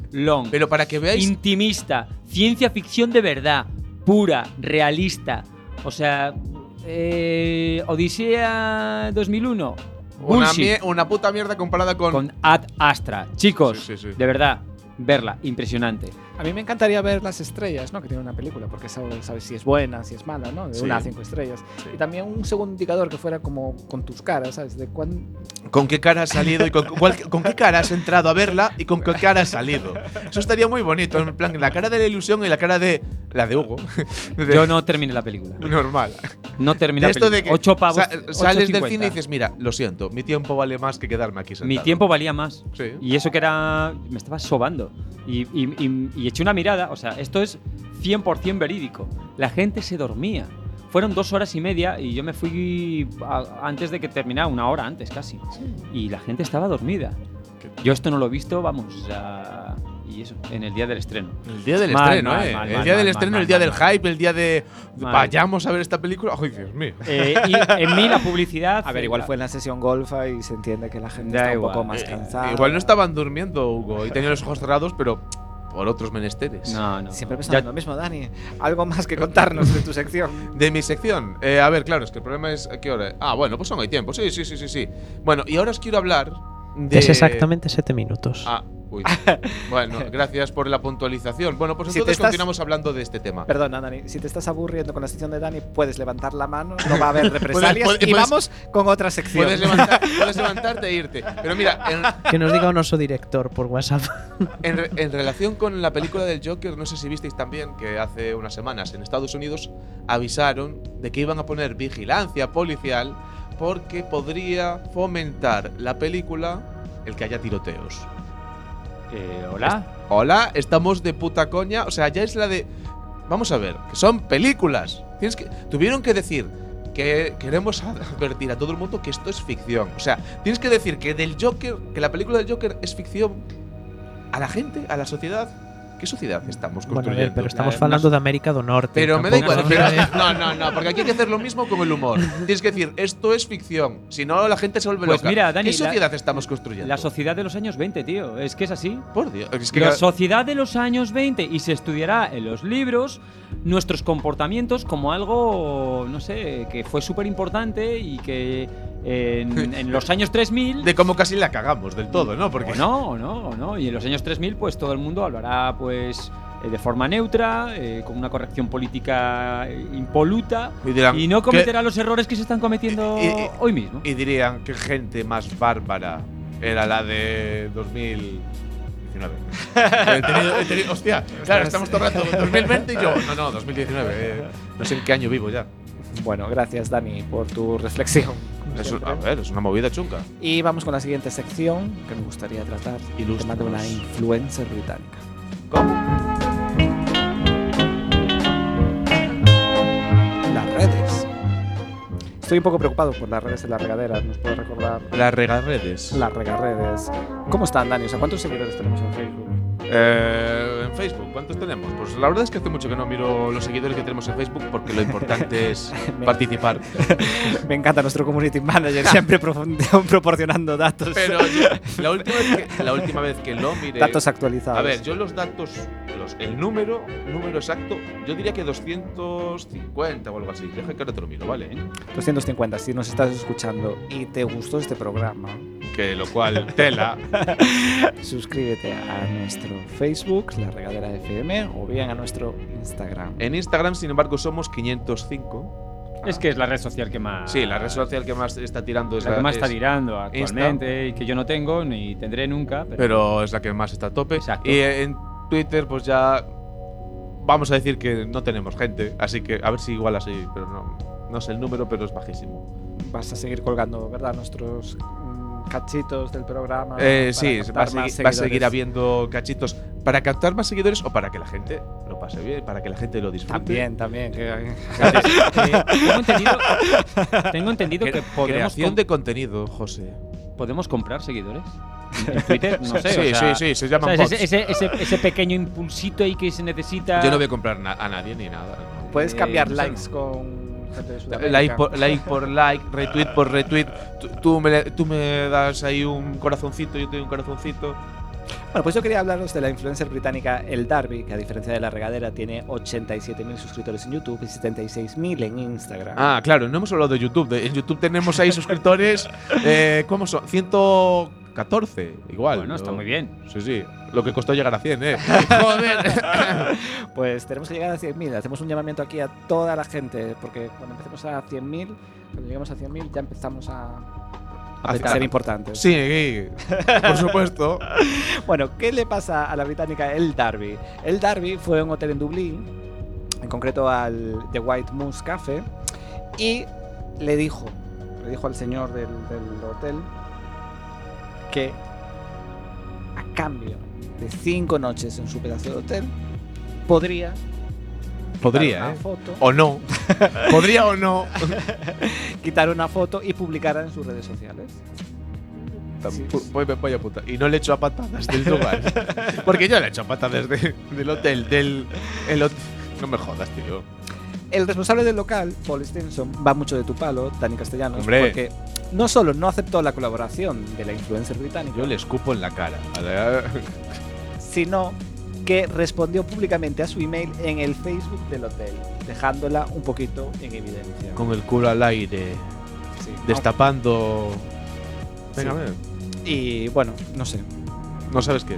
Speaker 6: Pero para que veáis.
Speaker 5: Intimista. Ciencia ficción de verdad. Pura. Realista. O sea. eh, Odisea 2001.
Speaker 6: Una,
Speaker 5: Bullshit
Speaker 6: mie- una puta mierda comparada con.
Speaker 5: Con Ad Astra. Chicos,
Speaker 6: Sí, sí, sí.
Speaker 5: de verdad, verla. Impresionante.
Speaker 8: A mí me encantaría ver las estrellas, ¿no? Que tiene una película, porque sabes, sabes si es buena, si es mala, ¿no? De
Speaker 6: Sí.
Speaker 8: una a cinco estrellas. Y también un segundo indicador que fuera como con tus caras, ¿sabes? De cuán,
Speaker 6: con qué cara has salido y con, cuál- con qué cara has entrado a verla y con qué cara has salido. Eso estaría muy bonito, en plan, la cara de la ilusión y la cara de la de Hugo. De-
Speaker 5: Yo no terminé la película.
Speaker 6: normal.
Speaker 5: No
Speaker 6: De
Speaker 5: terminé la
Speaker 6: esto
Speaker 5: película.
Speaker 6: de que
Speaker 5: Ocho pavos.
Speaker 6: sa- sales
Speaker 5: 8,50.
Speaker 6: del cine y dices, mira, lo siento, mi tiempo vale más que quedarme aquí sentado.
Speaker 5: Mi tiempo valía más.
Speaker 6: Sí.
Speaker 5: Y eso que era. Me estaba sobando. Y, y- y- y eché una mirada. O sea, esto es 100% verídico. La gente se dormía. Fueron dos horas y media y yo me fui a- antes de que terminara, una hora antes casi. Y la gente estaba dormida. Yo esto no lo he visto, vamos, a- y eso, en el día del estreno.
Speaker 6: El día del
Speaker 5: Mal,
Speaker 6: estreno,
Speaker 5: mal,
Speaker 6: ¿eh?
Speaker 5: mal,
Speaker 6: el
Speaker 5: mal,
Speaker 6: día del
Speaker 5: mal, mal,
Speaker 6: estreno,
Speaker 5: mal,
Speaker 6: el día
Speaker 5: mal,
Speaker 6: del
Speaker 5: mal.
Speaker 6: hype, el día de
Speaker 5: Mal.
Speaker 6: vayamos a ver esta película. ¡Ay, Dios mío!
Speaker 5: Eh, y en mí la publicidad.
Speaker 8: A ver, igual fue en la sesión golfa y se entiende que la gente
Speaker 5: Da
Speaker 8: está un
Speaker 5: igual.
Speaker 8: poco más
Speaker 6: Eh,
Speaker 8: cansada.
Speaker 6: Igual no estaban durmiendo, Hugo, y tenían los ojos cerrados, pero por otros menesteres.
Speaker 5: No, no.
Speaker 8: Siempre
Speaker 5: Ya-
Speaker 8: pensando en lo mismo, Dani. Algo más que contarnos de tu sección.
Speaker 6: De mi sección. Eh, a ver, claro, es que el problema es a qué hora. Ah, bueno, pues son hay tiempo. Sí, sí, sí, sí, sí. Bueno, y ahora os quiero hablar de.
Speaker 7: Es exactamente 7 minutos.
Speaker 6: Ah, uy. bueno, gracias por la puntualización. Bueno, pues
Speaker 8: Si te
Speaker 6: entonces
Speaker 8: estás-
Speaker 6: continuamos hablando de este tema.
Speaker 8: Perdona, Dani. Si te estás aburriendo con la sección de Dani, puedes levantar la mano. No va a haber represalias.
Speaker 6: puedes-
Speaker 8: y
Speaker 6: puedes-
Speaker 8: vamos con otra sección.
Speaker 6: Puedes, levantar- puedes levantarte e irte. Pero mira,
Speaker 7: Que nos diga un oso director por WhatsApp.
Speaker 6: en, en re- en relación con la película del Joker, no sé si visteis también que hace unas semanas en Estados Unidos avisaron de que iban a poner vigilancia policial porque podría fomentar la película el que haya tiroteos.
Speaker 5: Eh, Hola.
Speaker 6: Hola, estamos de puta coña. O sea, ya es la de. Vamos a ver, que son películas. Tienes que. Tuvieron que decir que queremos advertir a todo el mundo que esto es ficción. O sea, tienes que decir que del Joker, que la película del Joker es ficción a la gente, a la sociedad. ¿Qué sociedad estamos
Speaker 7: Bueno, a
Speaker 6: construyendo?
Speaker 7: ver, pero estamos
Speaker 6: Una-
Speaker 7: hablando de América do Norte.
Speaker 6: Pero me da igual.
Speaker 7: tampoco-
Speaker 6: pero- no, no, no, porque aquí hay que hacer lo mismo con el humor. Tienes que decir, esto es ficción. Si no, la gente se vuelve
Speaker 5: Pues
Speaker 6: loca.
Speaker 5: mira, Dani,
Speaker 6: ¿Qué
Speaker 5: la-
Speaker 6: sociedad estamos construyendo?
Speaker 5: La sociedad de los años 20, tío. Es que es así.
Speaker 6: Por Dios. Es que
Speaker 5: La sociedad de los años 20 y se estudiará en los libros nuestros comportamientos como algo, no sé, que fue súper importante y que en, en los años 3000...
Speaker 6: de cómo casi la cagamos del todo, ¿no? Porque
Speaker 5: o no, o no, o no. Y en los años 3000 pues todo el mundo hablará pues eh, de forma neutra, eh, con una corrección política eh, impoluta
Speaker 6: Y dirán,
Speaker 5: y no
Speaker 6: ¿qué?
Speaker 5: cometerá los errores que se están cometiendo
Speaker 6: Y- y-
Speaker 5: hoy mismo.
Speaker 6: Y dirían que gente más bárbara era la de 2019. He tenido- he tenido- hostia, claro, estamos todo el rato 2020 y yo. No, no, 2019. eh, no sé en qué año vivo ya.
Speaker 3: Bueno, gracias Dani por tu reflexión. como
Speaker 6: Es un-
Speaker 3: siempre.
Speaker 6: a ver, es una movida chunca.
Speaker 3: Y vamos con la siguiente sección que me gustaría tratar. El tema de una
Speaker 6: Ilústranos.
Speaker 3: influencer británica. ¿Cómo? Las redes. Estoy un poco preocupado por las redes de la regadera. ¿Nos puede recordar
Speaker 6: Las regarredes.
Speaker 3: las regarredes? ¿Cómo están, Dani? O sea, ¿cuántos seguidores tenemos en Facebook?
Speaker 6: Eh, en Facebook, ¿cuántos tenemos? Pues la verdad es que hace mucho que no miro los seguidores que tenemos en Facebook porque lo importante es participar.
Speaker 3: Me encanta nuestro community manager, siempre profund- proporcionando datos,
Speaker 6: Pero yo- la última vez que, la última vez que lo miré.
Speaker 3: datos actualizados.
Speaker 6: A ver, yo los datos, los- el número, número exacto, yo diría que 250 o algo así. Deja que ahora te lo miro, ¿vale?
Speaker 3: 250, si nos estás escuchando y te gustó este programa,
Speaker 6: Que lo cual, tela.
Speaker 3: suscríbete a nuestro Facebook, La Regadera FM, o bien a nuestro Instagram.
Speaker 6: En Instagram, sin embargo, somos 505.
Speaker 5: Es que es la red social que más...
Speaker 6: Sí, la red social que más está tirando es
Speaker 5: la que más
Speaker 6: es-
Speaker 5: está tirando
Speaker 6: Insta.
Speaker 5: actualmente y que yo no tengo ni tendré nunca. Pero,
Speaker 6: Pero es la que más está a tope.
Speaker 5: Exacto.
Speaker 6: Y eh, en Twitter, pues ya. Vamos a decir que no tenemos gente. Así que a ver si igual así, pero no. No sé el número, pero es bajísimo.
Speaker 3: Vas a seguir colgando, ¿verdad? Nuestros mm, cachitos del programa.
Speaker 6: Eh,
Speaker 3: Ah, para
Speaker 6: sí,
Speaker 3: captar
Speaker 6: va
Speaker 3: más
Speaker 6: a, segui- va a seguir
Speaker 3: seguidores.
Speaker 6: habiendo cachitos para captar más seguidores o para que la gente lo pase bien, para que la gente lo disfrute.
Speaker 3: También, también. que-
Speaker 5: eh, tengo entendido, tengo entendido que podemos,
Speaker 6: Creación
Speaker 5: com-
Speaker 6: de contenido, José.
Speaker 5: podemos comprar seguidores. En Twitter, no sé.
Speaker 6: Sí,
Speaker 5: o sea,
Speaker 6: sí, sí, se llaman
Speaker 5: ¿sabes?
Speaker 6: bots.
Speaker 5: Ese, ese- ese- ese pequeño impulsito ahí que se necesita.
Speaker 6: Yo no voy a comprar na- a nadie ni nada. ¿no?
Speaker 3: Puedes
Speaker 5: Eh,
Speaker 3: cambiar
Speaker 5: no sé.
Speaker 3: likes con gente de Sudamérica.
Speaker 6: Like por, like por like, retweet por retweet. Tú, tú me, le- tú me das ahí un corazoncito, yo te doy un corazoncito.
Speaker 3: Bueno, pues yo quería hablaros de la influencer británica El Darby, que a diferencia de La Regadera tiene 87.000 suscriptores en YouTube y 76.000 en Instagram.
Speaker 6: Ah, claro, no hemos hablado de YouTube. De- En YouTube tenemos ahí suscriptores. eh, ¿Cómo son? 114, igual.
Speaker 5: Bueno,
Speaker 6: ¿no?
Speaker 5: está muy bien.
Speaker 6: Sí, sí. Lo que costó llegar a 100, ¿eh? Joder.
Speaker 3: Pues tenemos que llegar a 100.000. Hacemos un llamamiento aquí a toda la gente, porque cuando empecemos a 100.000, cuando lleguemos a 100.000 ya empezamos a, a ser importantes.
Speaker 6: sí, sí, por supuesto.
Speaker 3: Bueno, ¿qué le pasa a la británica El Darby? El Darby fue a un hotel en Dublín, en concreto al The White Moose Café, y le dijo, le dijo al señor del, del hotel que a cambio de cinco noches en su pedazo de hotel, podría dar
Speaker 6: Podría,
Speaker 3: una
Speaker 6: ¿eh?
Speaker 3: foto
Speaker 6: O no. Podría o no.
Speaker 3: quitar una foto y publicarla en sus redes sociales.
Speaker 6: Pu- voy- voy- voy a puta. Y no le echo a patadas del lugar. Porque yo le echo a patadas de- del hotel, del. el hot- no me jodas, tío.
Speaker 3: El responsable del local, Paul Stinson, va mucho de tu palo, Dani Castellanos,
Speaker 6: Hombre.
Speaker 3: porque no solo no aceptó la colaboración de la influencer británica,
Speaker 6: Yo le escupo en la cara. A la-
Speaker 3: sino que respondió públicamente a su email en el Facebook del hotel, dejándola un poquito en evidencia.
Speaker 6: Con el culo al aire,
Speaker 3: Sí.
Speaker 6: destapando. Venga,
Speaker 3: Sí.
Speaker 6: ven.
Speaker 3: Y bueno, no sé.
Speaker 6: No sabes qué.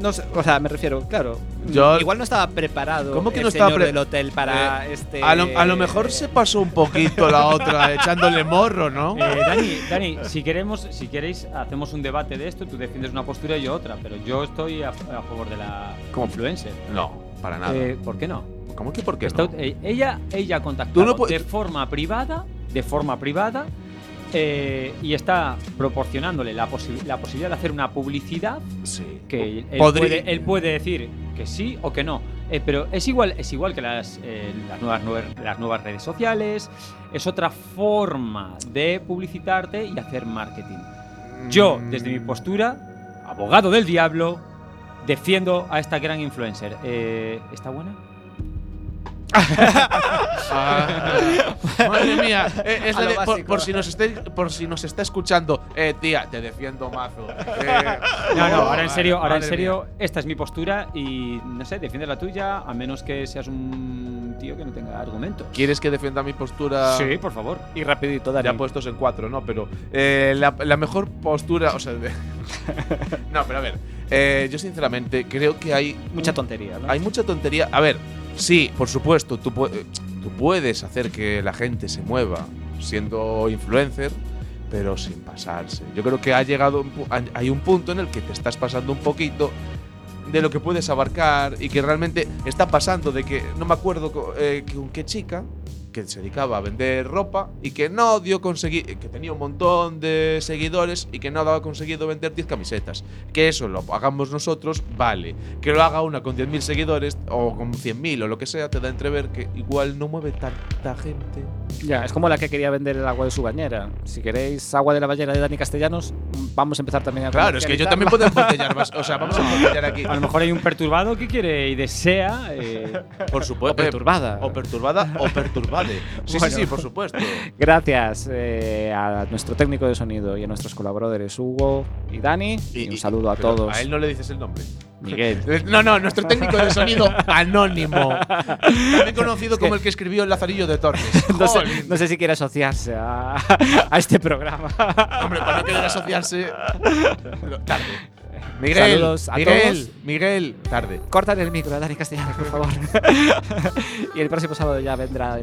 Speaker 3: No sé, o sea, me refiero, claro.
Speaker 6: Yo-
Speaker 3: igual no estaba preparado
Speaker 6: ¿Cómo que
Speaker 3: el
Speaker 6: no estaba
Speaker 3: señor
Speaker 6: pre- Eh,
Speaker 3: del hotel para este.
Speaker 6: A lo, a lo mejor se pasó un poquito la otra echándole morro, ¿no?
Speaker 5: Eh, Dani, Dani, si queremos, si queréis, hacemos un debate de esto. Tú defiendes una postura y yo otra, pero yo estoy a, a favor de la influencer.
Speaker 6: No, para nada.
Speaker 5: Eh, ¿Por qué no?
Speaker 6: ¿Cómo que por qué?
Speaker 5: Está-
Speaker 6: No?
Speaker 5: eh, ella, ella ha contactado
Speaker 6: Tú no pu-
Speaker 5: de forma privada, de forma privada, eh, y está proporcionándole la, posi- la posibilidad de hacer una publicidad
Speaker 6: Sí.
Speaker 5: que él,
Speaker 6: Podri-
Speaker 5: puede, él puede decir que sí o que no. Eh, pero es igual, es igual que las, eh, las, nuevas, nue- las nuevas redes sociales. Es otra forma de publicitarte y hacer marketing. Yo, desde mi postura, abogado del diablo, defiendo a esta gran influencer. Eh, ¿Está buena?
Speaker 6: Ah, madre mía, eh, es
Speaker 3: A
Speaker 6: la
Speaker 3: lo
Speaker 6: de- por,
Speaker 3: básico.
Speaker 6: por si nos esté, por si nos está escuchando, eh, tía, te defiendo mazo. Eh,
Speaker 5: No, no,
Speaker 6: oh,
Speaker 5: ahora en
Speaker 6: madre-
Speaker 5: serio, ahora en
Speaker 6: madre
Speaker 5: serio, esta es mi postura y no sé, defiende la tuya, a menos que seas un tío que no tenga argumentos.
Speaker 6: mía. ¿Quieres que defienda mi postura?
Speaker 5: Sí, por favor.
Speaker 3: Y rapidito, Dani.
Speaker 6: Ya puestos en cuatro, ¿no? Pero eh, la, la mejor postura, o sea, de- no, pero a ver, eh, yo sinceramente creo que hay
Speaker 3: Mucha tontería, ¿no?
Speaker 6: Hay mucha tontería. A ver, sí, por supuesto, tú, pu- eh, tú puedes hacer que la gente se mueva siendo influencer, pero sin pasarse. Yo creo que ha llegado un pu- hay- hay un punto en el que te estás pasando un poquito de lo que puedes abarcar y que realmente está pasando de que no me acuerdo co- eh, que- con qué chica que se dedicaba a vender ropa y que no dio conseguir que tenía un montón de seguidores y que no había conseguido vender 10 camisetas que eso lo hagamos nosotros, vale. Que lo haga una con 10.000 seguidores o con 100.000 o lo que sea, te da a entrever que igual no mueve tanta gente.
Speaker 3: Ya, es como la que quería vender el agua de su bañera. Si queréis agua de la bañera de Dani Castellanos, vamos a empezar también a
Speaker 6: Claro, es que yo también
Speaker 3: comercializarla.
Speaker 6: puedo embotellar más. O sea, vamos a embotellar aquí.
Speaker 5: A lo mejor hay un perturbado que quiere y desea. eh,
Speaker 6: Por supuesto.
Speaker 3: perturbada.
Speaker 6: O perturbada o perturbade. Sí, sí, sí, por supuesto.
Speaker 3: Gracias eh, a nuestro técnico de sonido y a nuestros colaboradores Hugo y Dani. Y, un saludo a
Speaker 6: pero
Speaker 3: todos.
Speaker 6: A él no le dices el nombre.
Speaker 3: Miguel.
Speaker 6: Eh, No, no, nuestro técnico de sonido anónimo. También conocido como el que escribió El Lazarillo de Torres.
Speaker 3: No sé,
Speaker 6: Jolín.
Speaker 3: no sé si quiere asociarse a, a este programa.
Speaker 6: Hombre, para no querer asociarse. Tarde. Miguel,
Speaker 3: Saludos a
Speaker 6: Miguel,
Speaker 3: todos.
Speaker 6: Miguel, tarde.
Speaker 3: Cortan el micro a Dani Castellanos, por favor. y el próximo sábado ya vendrá de nuevo.